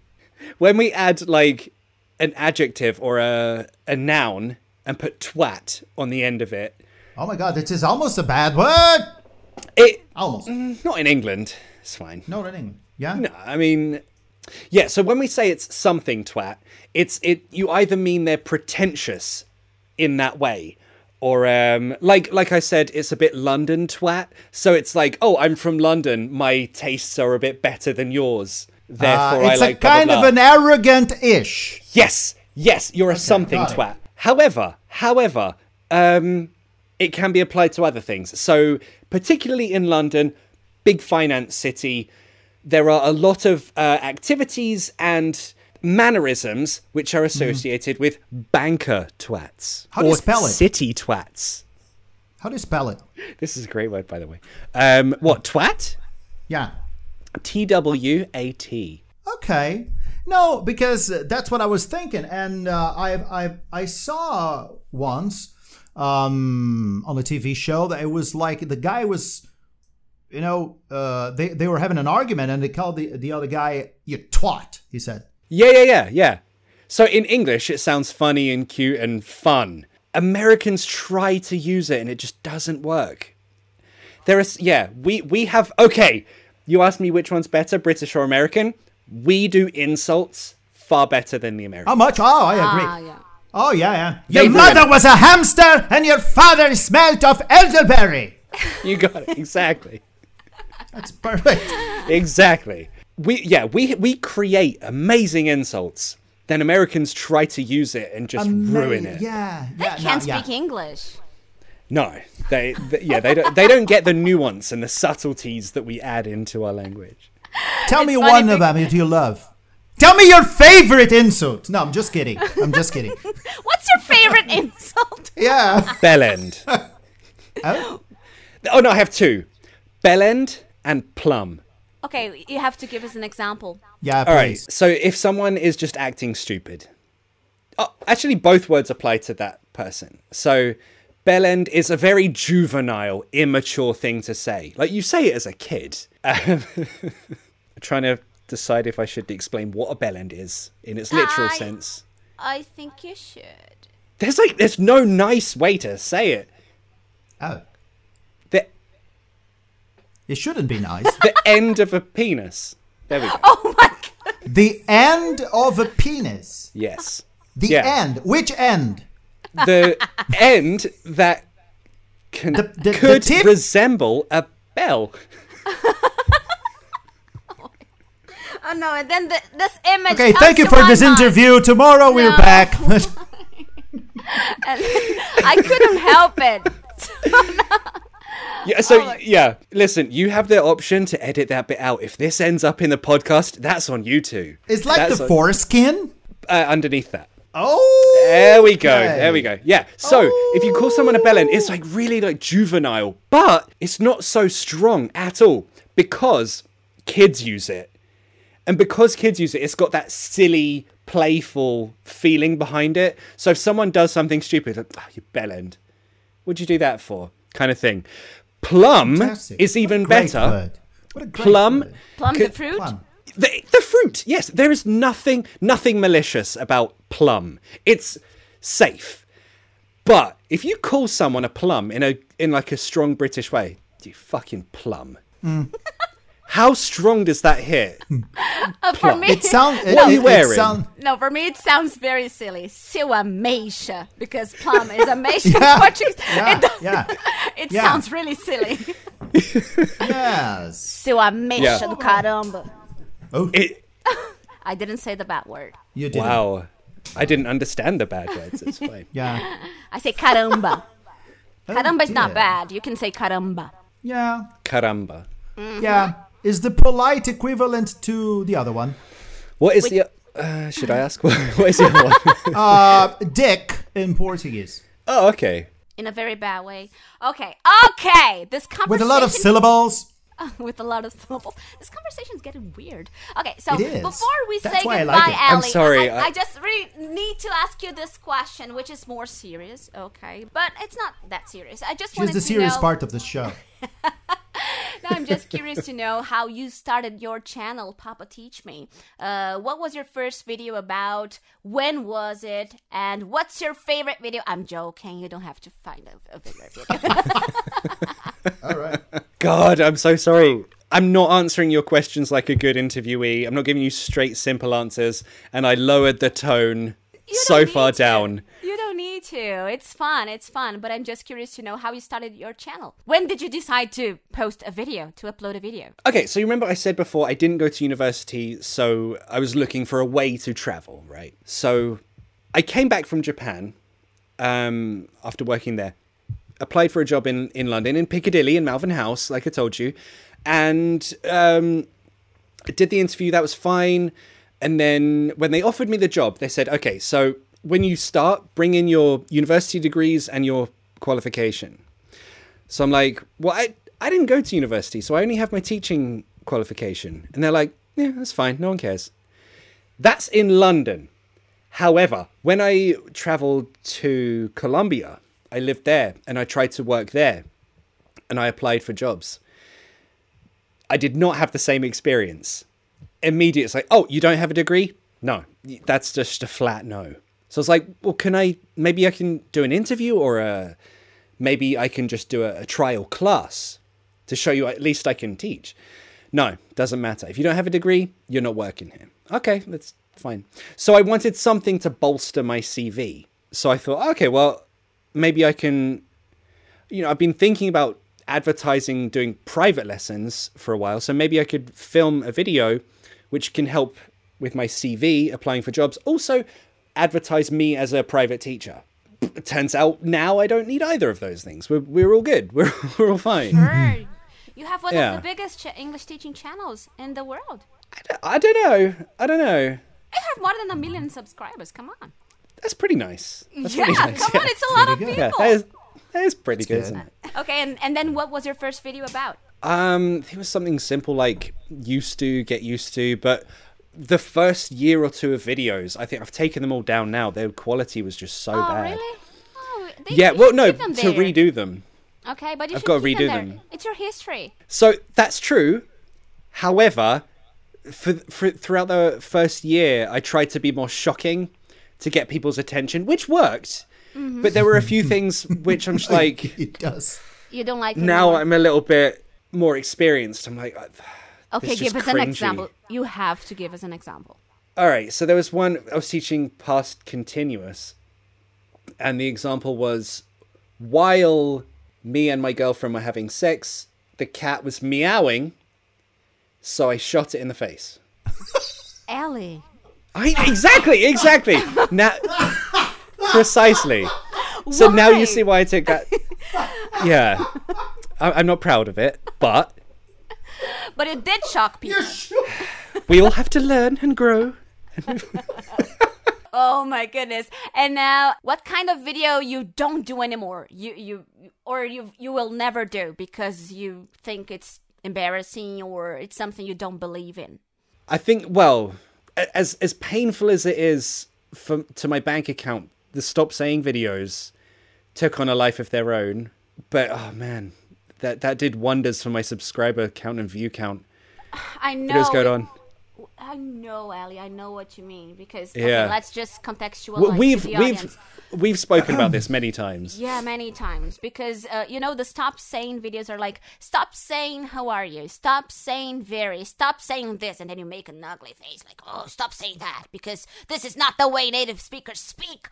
S4: When we add like an adjective or a a noun and put twat on the end of it,
S1: Oh my god, this is almost a bad word.
S4: it
S1: Almost.
S4: not in England. It's fine.
S1: No, not English. Yeah.
S4: Mm-hmm. No, I mean, yeah. So when we say it's something twat, it's it. You either mean they're pretentious in that way, or um, like like I said, it's a bit London twat. So it's like, oh, I'm from London. My tastes are a bit better than yours.
S1: Uh,
S4: Therefore, I
S1: it's
S4: like
S1: a
S4: blah, blah,
S1: kind
S4: blah."
S1: of an arrogant ish.
S4: Yes, yes, you're a something
S1: got it.
S4: twat. However, however, um, it can be applied to other things. So, particularly in London, big finance city, there are a lot of uh, activities and mannerisms which are associated with banker twats
S1: Mm-hmm. How do you
S4: or
S1: spell it?
S4: city twats.
S1: How do you spell it?
S4: This is a great word, by the way. Um, what twat?
S1: Yeah.
S4: T W A T.
S1: Okay. No, because uh, that's what I was thinking, and uh, I I I saw once um, on a TV show that it was like the guy was, you know, uh, they they were having an argument, and they called the the other guy you twat. He said.
S4: Yeah, yeah, yeah, yeah. So in English, it sounds funny and cute and fun. Americans try to use it and it just doesn't work. There is, yeah, we, we have, okay, you asked me which one's better, British or American. We do insults far better than the Americans.
S1: How much? Oh, I agree.
S2: Ah, yeah.
S1: Oh yeah, yeah.
S4: They
S1: Your
S4: do
S1: mother
S4: that.
S1: was a hamster, and your father smelled of elderberry.
S4: Um, You got it, exactly.
S1: That's perfect.
S4: exactly. We, yeah, we, we create amazing insults. Then Americans try to use it and just ruin it.
S1: Yeah,
S2: They
S1: yeah.
S2: can't
S1: no, Uh, yeah.
S2: speak English.
S4: No, they, th yeah they don't they don't get the nuance and the subtleties that we add into our language.
S1: Tell me
S2: funny
S1: one of them that you love. Tell me your favorite insult. No, I'm just kidding. I'm just kidding.
S2: What's your favorite insult?
S1: Yeah.
S4: Bellend.
S1: Oh,
S4: Oh no, I have two. Bellend and plum.
S2: Okay, you have to give us an example.
S1: yeah,
S4: All right.
S1: please.
S4: So if someone is just acting stupid, oh, actually, both words apply to that person. So bellend is a very juvenile, immature thing to say. Like you say it as a kid. Um, trying to decide if I should explain what a bellend is in its literal
S2: I-
S4: sense.
S2: I think you should.
S4: There's like there's no nice way to say it.
S1: Oh,
S4: The
S1: it shouldn't be nice.
S4: the end of a penis. There we go.
S1: the end of a penis.
S4: Yes.
S1: The
S4: Yeah.
S1: end. Which end?
S4: The end that can,
S1: The- the- the
S4: could
S1: tip?
S4: resemble a bell.
S2: Oh no! And then the, this image.
S1: Okay,
S2: comes
S1: thank you
S2: to
S1: for
S2: my
S1: this
S2: mind.
S1: interview. Tomorrow we're
S2: No.
S1: back.
S2: I couldn't help it.
S4: Yeah, so yeah, listen, you have the option to edit that bit out. If this ends up in the podcast, that's on you two.
S1: it's like
S4: That's
S1: the
S4: on-
S1: foreskin.
S4: uh, underneath that.
S1: Oh.
S4: There we go.
S1: okay.
S4: There we go. Yeah. So if you call someone a bellend, it's like really like juvenile, but it's not so strong at all because kids use it. And because kids use it, it's got that silly, playful feeling behind it. So if someone does something stupid, like, oh, you bellend, what'd you do that for? Kind of thing. Plum
S1: Fantastic.
S4: is
S1: What a
S4: even
S1: great
S4: better.
S1: word. What a great
S4: Plum,
S1: word.
S2: Plum
S4: Could-
S2: the fruit.
S1: Plum.
S4: the, the fruit yes there is nothing nothing malicious about plum it's safe but if you call someone a plum in a in like a strong british way you fucking plum how strong does that hit
S2: Uh, for me,
S1: It sound. It,
S4: What are
S1: it-
S4: you
S1: it
S4: wearing?
S1: sound-
S2: no, for me it sounds very silly. Sua meisha, because plum is a meisha
S1: Yeah.
S2: in Portuguese.
S1: Yeah,
S2: it does-
S1: yeah.
S2: it
S1: Yeah.
S2: sounds really silly.
S1: Yes.
S2: Sua meisha
S4: Yeah.
S2: do caramba.
S1: Oh,
S4: It,
S2: I didn't say the bad word.
S1: you did.
S4: wow. I didn't understand the bad words. It's fine.
S1: Yeah.
S2: I say caramba.
S1: Oh,
S2: caramba is not
S1: dear.
S2: bad. You can say caramba.
S1: Yeah.
S4: Caramba.
S2: Mm-hmm.
S1: Yeah. Is the polite equivalent to the other one?
S4: What is the. Uh, should I ask? what is the other one?
S1: Uh, dick in Portuguese.
S4: oh, okay.
S2: In a very bad way. Okay, okay. This conversation
S1: With a lot of syllables.
S2: with a lot of syllables. This conversation is getting weird. Okay, so
S1: It is.
S2: before we
S1: That's
S2: say
S1: why I
S2: goodbye,
S1: like it.
S2: Ellie,
S1: I'm
S4: sorry,
S2: I,
S4: I-
S2: I just really need to ask you this question, which is more serious. Okay, but it's not that serious. I just
S1: Just
S2: wanted
S1: the serious
S2: to know.
S1: part of the show.
S2: Now I'm just curious to know how you started your channel, Papa Teach Me. Uh, what was your first video about? When was it? And what's your favorite video? I'm joking. You don't have to find a, a favorite video.
S1: All right.
S4: God, I'm so sorry. I'm not answering your questions like a good interviewee. I'm not giving you straight, simple answers. And I lowered the tone
S2: You
S4: so
S2: don't
S4: far
S2: need to.
S4: down.
S2: You don't need to. It's fun. It's fun. But I'm just curious to know how you started your channel. When did you decide to post a video, to upload a video?
S4: Okay, so you remember I said before I didn't go to university, so I was looking for a way to travel, right? So I came back from Japan um, after working there, applied for a job in, in London, in Piccadilly, in Malvern House, like I told you, and um, I did the interview. That was fine. And then when they offered me the job, they said, okay, so when you start, bring in your university degrees and your qualification. So I'm like, well, I, I didn't go to university, so I only have my teaching qualification. And they're like, yeah, that's fine. No one cares. That's in London. However, when I traveled to Colombia, I lived there and I tried to work there and I applied for jobs. I did not have the same experience. Immediately, it's like, oh, you don't have a degree? No, that's just a flat no. So I was like, well, can I, maybe I can do an interview or a, maybe I can just do a, a trial class to show you at least I can teach. No, doesn't matter. If you don't have a degree, you're not working here. Okay, that's fine. So I wanted something to bolster my CV. So I thought, okay, well, maybe I can you know, I've been thinking about advertising doing private lessons for a while, so maybe I could film a video which can help with my CV applying for jobs. Also, advertise me as a private teacher. It turns out now I don't need either of those things. We're, we're all good. We're, we're all fine.
S2: Err, you have one
S4: Yeah.
S2: of the biggest ch- English teaching channels in the world.
S4: I don't know. I don't know.
S2: You have more than a million subscribers. Come on.
S4: That's pretty nice. That's
S2: yeah,
S4: pretty nice.
S2: come
S4: yeah.
S2: on. It's a lot of
S1: Pretty
S2: people.
S1: good.
S4: Yeah, that is, that is pretty good,
S1: good.
S4: isn't it?
S2: Okay, and, and then what was your first video about?
S4: Um, I think it was something simple like used to get used to, but the first year or two of videos, I think I've taken them all down now. Their quality was just so
S2: Oh,
S4: bad.
S2: really? Oh, they,
S4: Yeah,
S2: you
S4: well,
S2: should
S4: no,
S2: keep them
S4: to
S2: there.
S4: redo them.
S2: Okay, but you
S4: I've
S2: should
S4: gotta
S2: keep them,
S4: redo
S2: there.
S4: them.
S2: It's your history.
S4: So that's true. However, for, for throughout the first year, I tried to be more shocking to get people's attention, which worked.
S2: Mm-hmm.
S4: But there were a few things which I'm just like,
S1: It does.
S2: You don't like me
S4: now
S2: anymore.
S4: I'm a little bit more experienced. I'm like,
S2: Okay,
S4: it's
S2: give us
S4: just
S2: an
S4: cringy.
S2: example. You have to give us an example.
S4: All right, so there was one I was teaching past continuous, and the example was while me and my girlfriend were having sex, the cat was meowing, so I shot it in the face.
S2: Ellie.
S4: I exactly, exactly. now, precisely. So now
S2: Why?
S4: you see why I took that. Yeah, I, I'm not proud of it, but
S2: But it did shock people.
S4: we all have to learn and grow.
S2: Oh my goodness. And now what kind of video you don't do anymore? You you or you you will never do because you think it's embarrassing or it's something you don't believe in.
S4: I think well, a- as as painful as it is for to my bank account, the stop saying videos took on a life of their own. But oh man, that that did wonders for my subscriber count and view count.
S2: I know.
S4: Videos going
S2: it-
S4: on.
S2: I I know, Ellie. I know what you mean because
S4: Yeah.
S2: okay, let's just contextualize
S4: Well, we've
S2: the
S4: we've
S2: audience.
S4: we've spoken about this many times.
S2: Yeah, many times because uh, you know the stop saying videos are like stop saying how are you, stop saying very, stop saying this, and then you make an ugly face like oh stop saying that because this is not the way native speakers speak.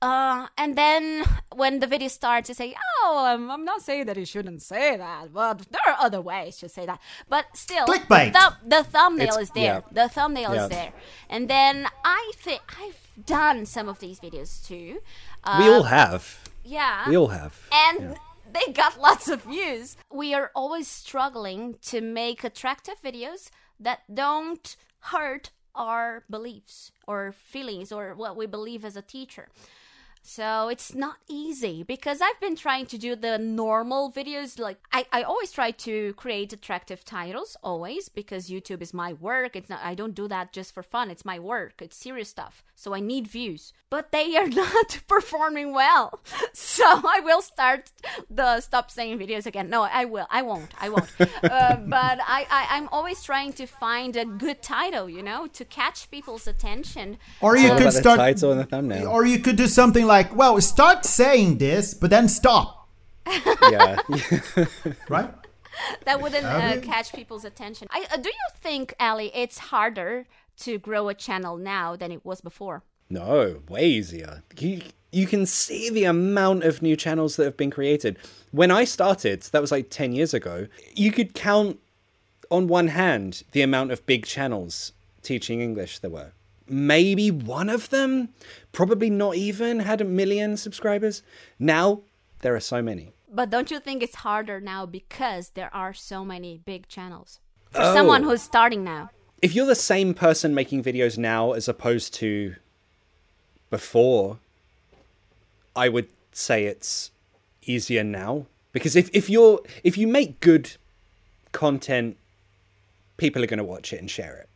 S2: Uh, and then when the video starts, you say oh I'm, I'm not saying that you shouldn't say that, but there are other ways to say that. But still,
S1: Clickbait.
S2: The, thum- the thumbnail
S4: It's-
S2: is there.
S4: yeah.
S2: The thumbnail
S4: Yeah.
S2: is there, and then I think I've done some of these videos too. Uh,
S4: We all have.
S2: yeah
S4: We all have.
S2: Uh, and they got lots of views. We are always struggling to make attractive videos that don't hurt our beliefs or feelings or what we believe as a teacher. So it's not easy because I've been trying to do the normal videos. Like I, I always try to create attractive titles, always, because YouTube is my work. It's not I don't do that just for fun. It's my work. It's serious stuff. So I need views. But they are not performing well. So I will start the stop saying videos again. No, I will. I won't. I won't. uh, but I, I, I'm always trying to find a good title, you know, to catch people's attention.
S1: Or
S4: It's
S1: you
S4: all
S1: could
S4: about the
S1: start
S4: title and the thumbnail.
S1: or you could do something like, well, start saying this, but then stop,
S4: yeah.
S1: right?
S2: that wouldn't uh,
S1: Abby?
S2: catch people's attention. I, uh, do you think, Ali, it's harder to grow a channel now than it was before?
S4: No, way easier. You you can see the amount of new channels that have been created. When I started, that was like 10 years ago, you could count on one hand the amount of big channels teaching English there were. Maybe one of them, probably not even, had a million subscribers. Now, there are so many.
S2: But don't you think it's harder now because there are so many big channels? For someone
S4: Oh.
S2: who's starting now.
S4: if you're the same person making videos now as opposed to before, I would say it's easier now because if if you're if you make good content, people are going to watch it and share it.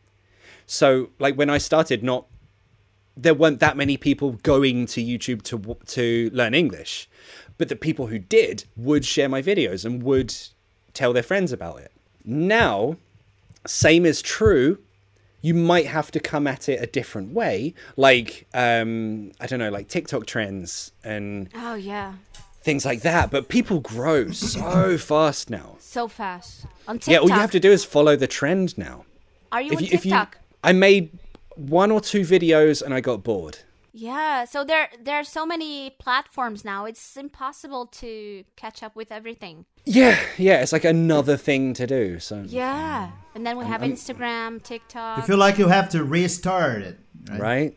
S4: So like when I started, not there weren't that many people going to YouTube to w- to learn English, but the people who did would share my videos and would tell their friends about it. Now same is true you might have to come at it a different way like um i don't know like tiktok trends and
S2: Oh, yeah.
S4: things like that but people grow so fast now
S2: So fast. On TikTok.
S4: yeah all you have to do is follow the trend now
S2: Are you
S4: if
S2: on
S4: you, if you
S2: TikTok?
S4: i made one or two videos and i got bored
S2: Yeah, so there there are so many platforms now. It's impossible to catch up with everything.
S4: yeah yeah it's like another thing to do so
S2: Yeah. And then we have Instagram, TikTok.
S1: You feel like you have to restart it, right?
S4: right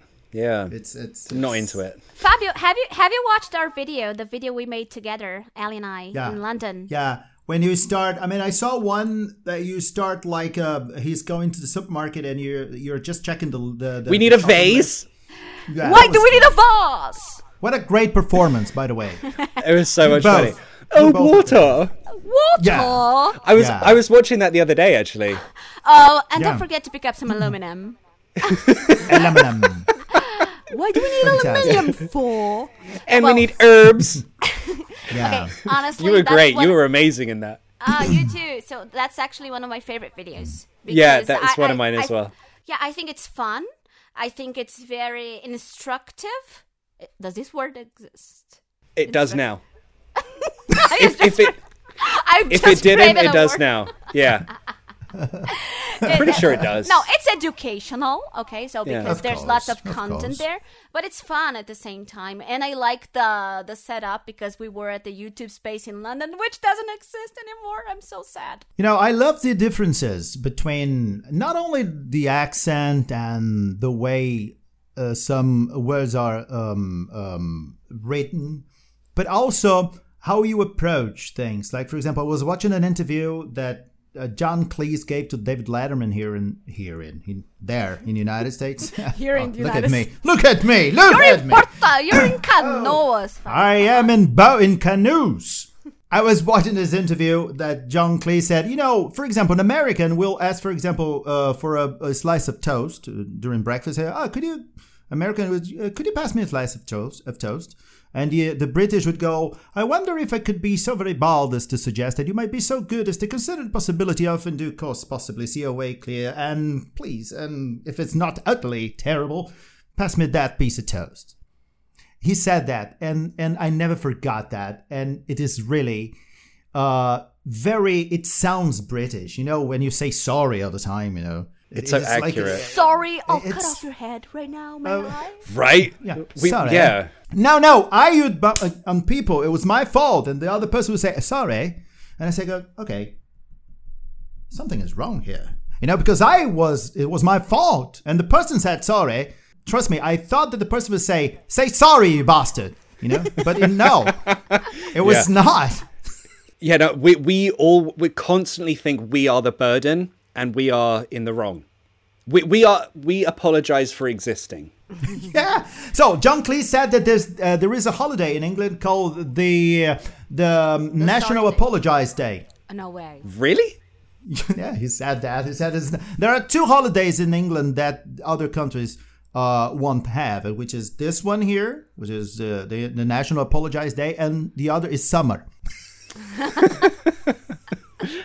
S4: yeah
S1: It's it's
S4: not
S1: it's-
S4: into it
S2: Fabio, have you have you watched our video, the video we made together, Ali and I,
S1: Yeah.
S2: in London?
S1: Yeah. When you start, I mean, I saw one that you start like uh, he's going to the supermarket and you're you're just checking the the. the
S4: we need a
S1: the shopping
S4: vase
S1: list. Yeah,
S2: Why
S1: that
S2: do
S1: was-
S2: we need a vase?
S1: What a great performance, by the way.
S4: it was so much
S1: both.
S4: funny oh
S1: both did
S4: water
S2: Water.
S1: Yeah.
S4: i was
S1: Yeah.
S4: i was watching that the other day actually
S2: Oh, and
S1: Yeah.
S2: don't forget to pick up some aluminum.
S1: Aluminum.
S2: Why do we need
S1: Fantastic.
S2: aluminum for?
S4: and
S2: Well-
S4: we need herbs.
S1: Yeah.
S2: Honestly,
S4: You were
S2: that's
S4: great.
S2: one-
S4: You were amazing in that.
S2: Ah, you too. So that's actually one of my favorite videos.
S4: Yeah,
S2: because
S4: that's
S2: I-
S4: one of
S2: I-
S4: mine as
S2: I-
S4: well.
S2: Yeah, I think it's fun. I think it's very instructive. Does this word exist?
S4: It does now.
S2: I
S4: If, if it
S2: I've
S4: if it
S2: just
S4: didn't,
S2: created
S4: it
S2: a
S4: does
S2: word.
S4: now. Yeah,
S2: It-
S4: pretty
S2: it-
S4: sure it does.
S2: No, it's educational, okay? So
S4: Yeah.
S2: because
S1: Of
S2: there's
S1: course,
S2: lots of
S1: of
S2: content
S1: course.
S2: there, but it's fun at the same time. And I like the the setup because we were at the YouTube space in London, which doesn't exist anymore. I'm so sad.
S1: You know, I love the differences between not only the accent and the way uh, some words are um, um, written, but also how you approach things. Like, for example, I was watching an interview that uh, John Cleese gave to David Letterman here in here in, in there in the United States. Oh,
S2: Here in the
S1: look
S2: United
S1: at me! Look at me! Look
S2: You're
S1: at
S2: in
S1: me!
S2: Porta, you're
S1: Oh.
S2: in Canoas.
S1: I am in bow in canoes. I was watching this interview that John Cleese said, you know, for example, an American will ask, for example, uh, for a, a slice of "Ah, toast uh, during breakfast. Say, oh, could you, American, would you- uh, could you pass me a slice of toast? Of toast, And the, the British would go, I wonder if I could be so very bold as to suggest that you might be so good as to consider the possibility of, in due course, possibly COA clear, and please, and if it's not utterly terrible, pass me that piece of toast. He said that, and, and I never forgot that. And it is really uh, very, it sounds British, you know, when you say sorry all the time, you know.
S4: It's so
S1: is like-
S4: accurate.
S2: Sorry, I'll cut
S1: It's- Oh.
S2: off your head right now, may I?
S4: Right?
S1: Yeah,
S4: We-
S1: sorry.
S4: yeah.
S1: No, no, I would bump uh, on people. It was my fault, and the other person would say "Uh, sorry, and I say, "Go, okay, something is wrong here," you know, because I was it was my fault, and the person said sorry. Trust me, I thought that the person would say, "Say sorry, you bastard," you know, but it- no, it was
S4: Yeah.
S1: not.
S4: Yeah, no, we, we all we constantly think we are the burden and we are in the wrong. We, we are we apologize for existing.
S1: Yeah. So John Cleese said that there's uh, there is a holiday in England called the uh, the, um, National
S2: Sorry Day.
S1: Apologize Day.
S2: No way.
S4: Really?
S1: yeah, he said that. He said it's, there are two holidays in England that other countries uh, won't have, which is this one here, which is uh, the, the National Apologize Day, and the other is summer.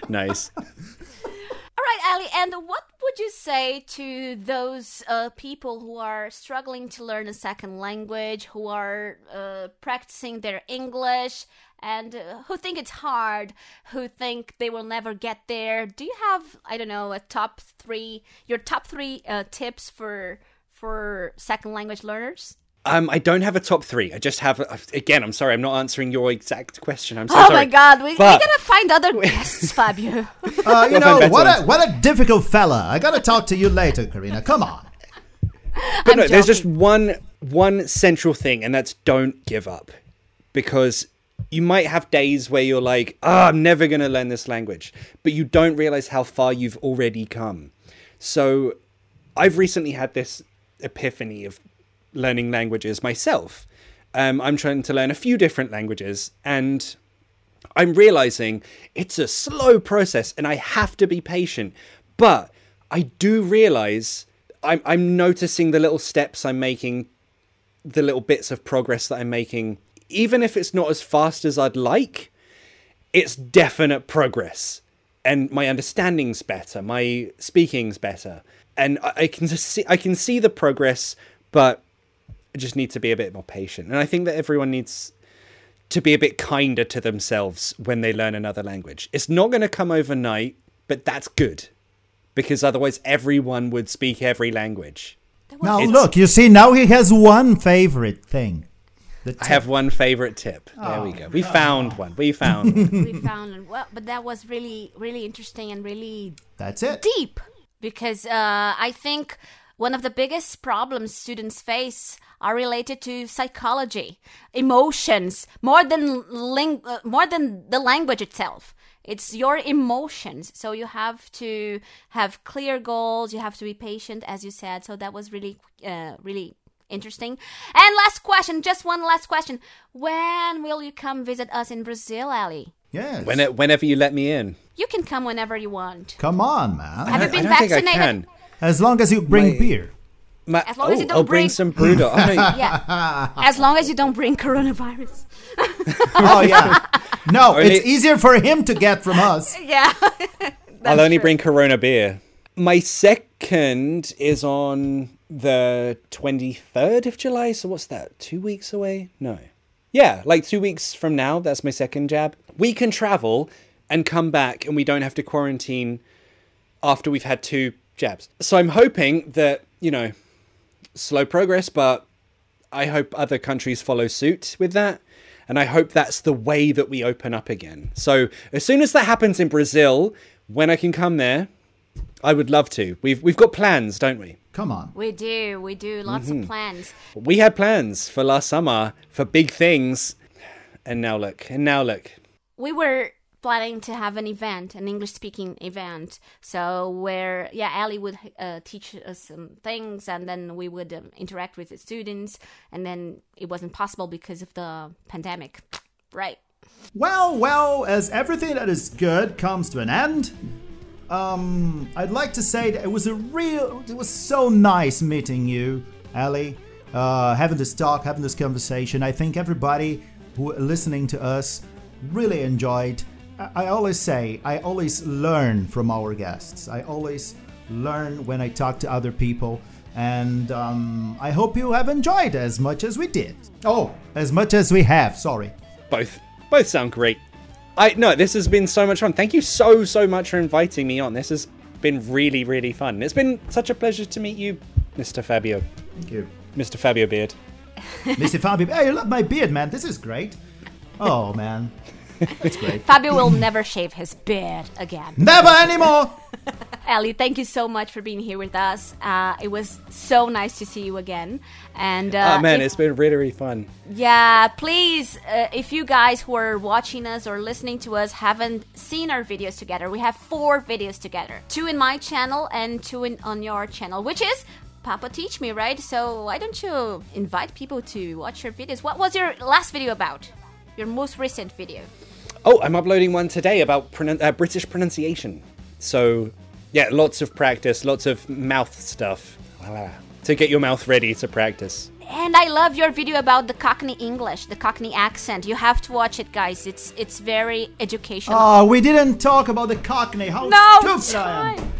S4: Nice.
S2: All right, Ali, and what would you say to those uh, people who are struggling to learn a second language, who are uh, practicing their English, and uh, who think it's hard, who think they will never get there? Do you have, I don't know, a top three, your top three uh, tips for for second language learners?
S4: Um, I don't have a top three. I just have again. I'm sorry. I'm not answering your exact question. I'm so
S2: oh
S4: sorry.
S2: my God, we,
S4: But-
S2: we gotta find other guests, Fabio.
S1: Uh, you
S4: Well, then
S1: know
S4: better
S1: what a
S4: ones.
S1: what a difficult fella. I gotta talk to you later, Karina. Come on.
S4: But
S2: I'm
S4: no, there's just
S2: joking.
S4: one one central thing, and that's don't give up, because you might have days where you're like, "Ah, I'm never going to learn this language," but you don't realize how far you've already come. So, I've recently had this epiphany of learning languages myself. Um, I'm trying to learn a few different languages, and I'm realizing it's a slow process and I have to be patient. But I do realize I'm, I'm noticing the little steps I'm making, the little bits of progress that I'm making. Even if it's not as fast as I'd like, it's definite progress. And my understanding's better, my speaking's better. And I, I can just see I can see the progress, but I just need to be a bit more patient. And I think that everyone needs to be a bit kinder to themselves when they learn another language. It's not going to come overnight, but that's good because otherwise everyone would speak every language.
S1: Now
S4: It's-
S1: look, you see, now he has one favorite thing. The
S4: I have one favorite tip. There we go. We found one. We found one.
S2: we found well, but that was really, really interesting and really
S1: That's it.
S2: deep because uh, I think one of the biggest problems students face are related to psychology, emotions, more than ling- uh, more than the language itself. It's your emotions. So you have to have clear goals. You have to be patient, as you said. So that was really, uh, really interesting. And last question, just one last question. When will you come visit us in Brazil, Ali?
S1: Yes.
S4: When whenever you let me in.
S2: You can come whenever you want.
S1: Come on, man.
S2: Have you been
S4: I don't think I
S2: vaccinated?
S4: can.
S1: As long as you bring
S4: My-
S1: beer.
S4: My-
S2: As long as
S4: oh,
S2: you don't
S4: I'll
S2: bring-
S4: bring some brew. dog. I mean,
S2: Yeah. as long as you don't bring coronavirus.
S1: Oh yeah. No,
S4: Only-
S1: it's easier for him to get from us.
S2: Yeah.
S4: I'll only
S2: true.
S4: bring Corona beer. My second is on the 23rd of July. So what's that? Two weeks away? No. Yeah, like two weeks from now. That's my second jab. We can travel and come back and we don't have to quarantine after we've had two jabs. So I'm hoping that, you know, slow progress, but I hope other countries follow suit with that. And I hope that's the way that we open up again. So as soon as that happens in Brazil, when I can come there, I would love to. We've we've got plans, don't we?
S1: Come on.
S2: We do, we do. Lots of plans.
S4: We had plans for last summer for big things. And now look, and now look.
S2: We were planning to have an event, an English speaking event. So, where, yeah, Ali would uh, teach us some things and then we would um, interact with the students. And then it wasn't possible because of the pandemic. Right.
S1: Well, well, as everything that is good comes to an end, um, I'd like to say that it was a real, it was so nice meeting you, Ali. uh, having this talk, having this conversation. I think everybody who listening to us really enjoyed. I, I always say I always learn from our guests. I always learn when I talk to other people, and um, I hope you have enjoyed as much as we did. Oh, as much as we have. Sorry.
S4: Both both sound great. I no, this has been so much fun. Thank you so so much for inviting me on. This has been really really fun. It's been such a pleasure to meet you, Mr. Fabio,
S1: Thank you,
S4: Mr. Fabio Beard.
S1: Mr. Fabio. Hey, you love my beard, man. This is great. Oh man, that's great.
S2: Fabio will never shave his beard again.
S1: Never anymore.
S2: Ellie, thank you so much for being here with us. Uh, it was so nice to see you again. And uh,
S4: oh man,
S2: if-
S4: it's been really really fun.
S2: Yeah, please, uh, if you guys who are watching us or listening to us haven't seen our videos together, we have four videos together two in my channel and two in, on your channel, which is Papa Teach Me, right? So why don't you invite people to watch your videos? What was your last video about? Your most recent video?
S4: Oh, I'm uploading one today about pronun- uh, British pronunciation. So, yeah, lots of practice, lots of mouth stuff to get your mouth ready to practice.
S2: And I love your video about the Cockney English, the Cockney accent. You have to watch it, guys. It's it's very educational.
S1: Oh, we didn't talk about the Cockney. How
S2: no, it's
S1: stupid I am.
S2: fine.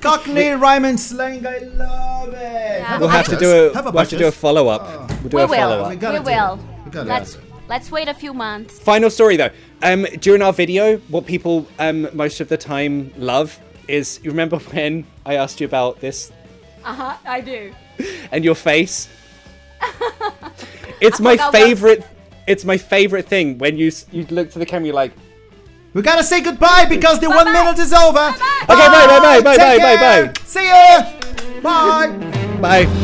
S1: Cockney rhyme and slang. I love it. Oh, Have
S4: We'll have to do a,
S1: Have a
S4: we'll have to do a
S1: Duchess.
S4: follow up. We'll do
S2: We
S4: a follow
S2: will. We,
S4: up.
S1: gotta do
S2: will.
S1: it. We gotta
S2: Let's
S1: do it.
S2: let's wait a few months.
S4: Final story though. Um, during our video, what people um, most of the time love is you remember when I asked you about this
S2: Uh-huh, I do.
S4: and your face. it's my
S2: forgot what-
S4: favorite. It's my favorite thing when you s- you look to the camera, you're like,
S1: We gotta say goodbye because the one
S2: Bye-bye.
S1: minute is over.
S2: Bye-bye.
S4: Okay, bye, bye, bye, bye,
S1: Take
S4: bye, bye,
S1: care.
S4: bye.
S1: See ya. Bye.
S4: bye.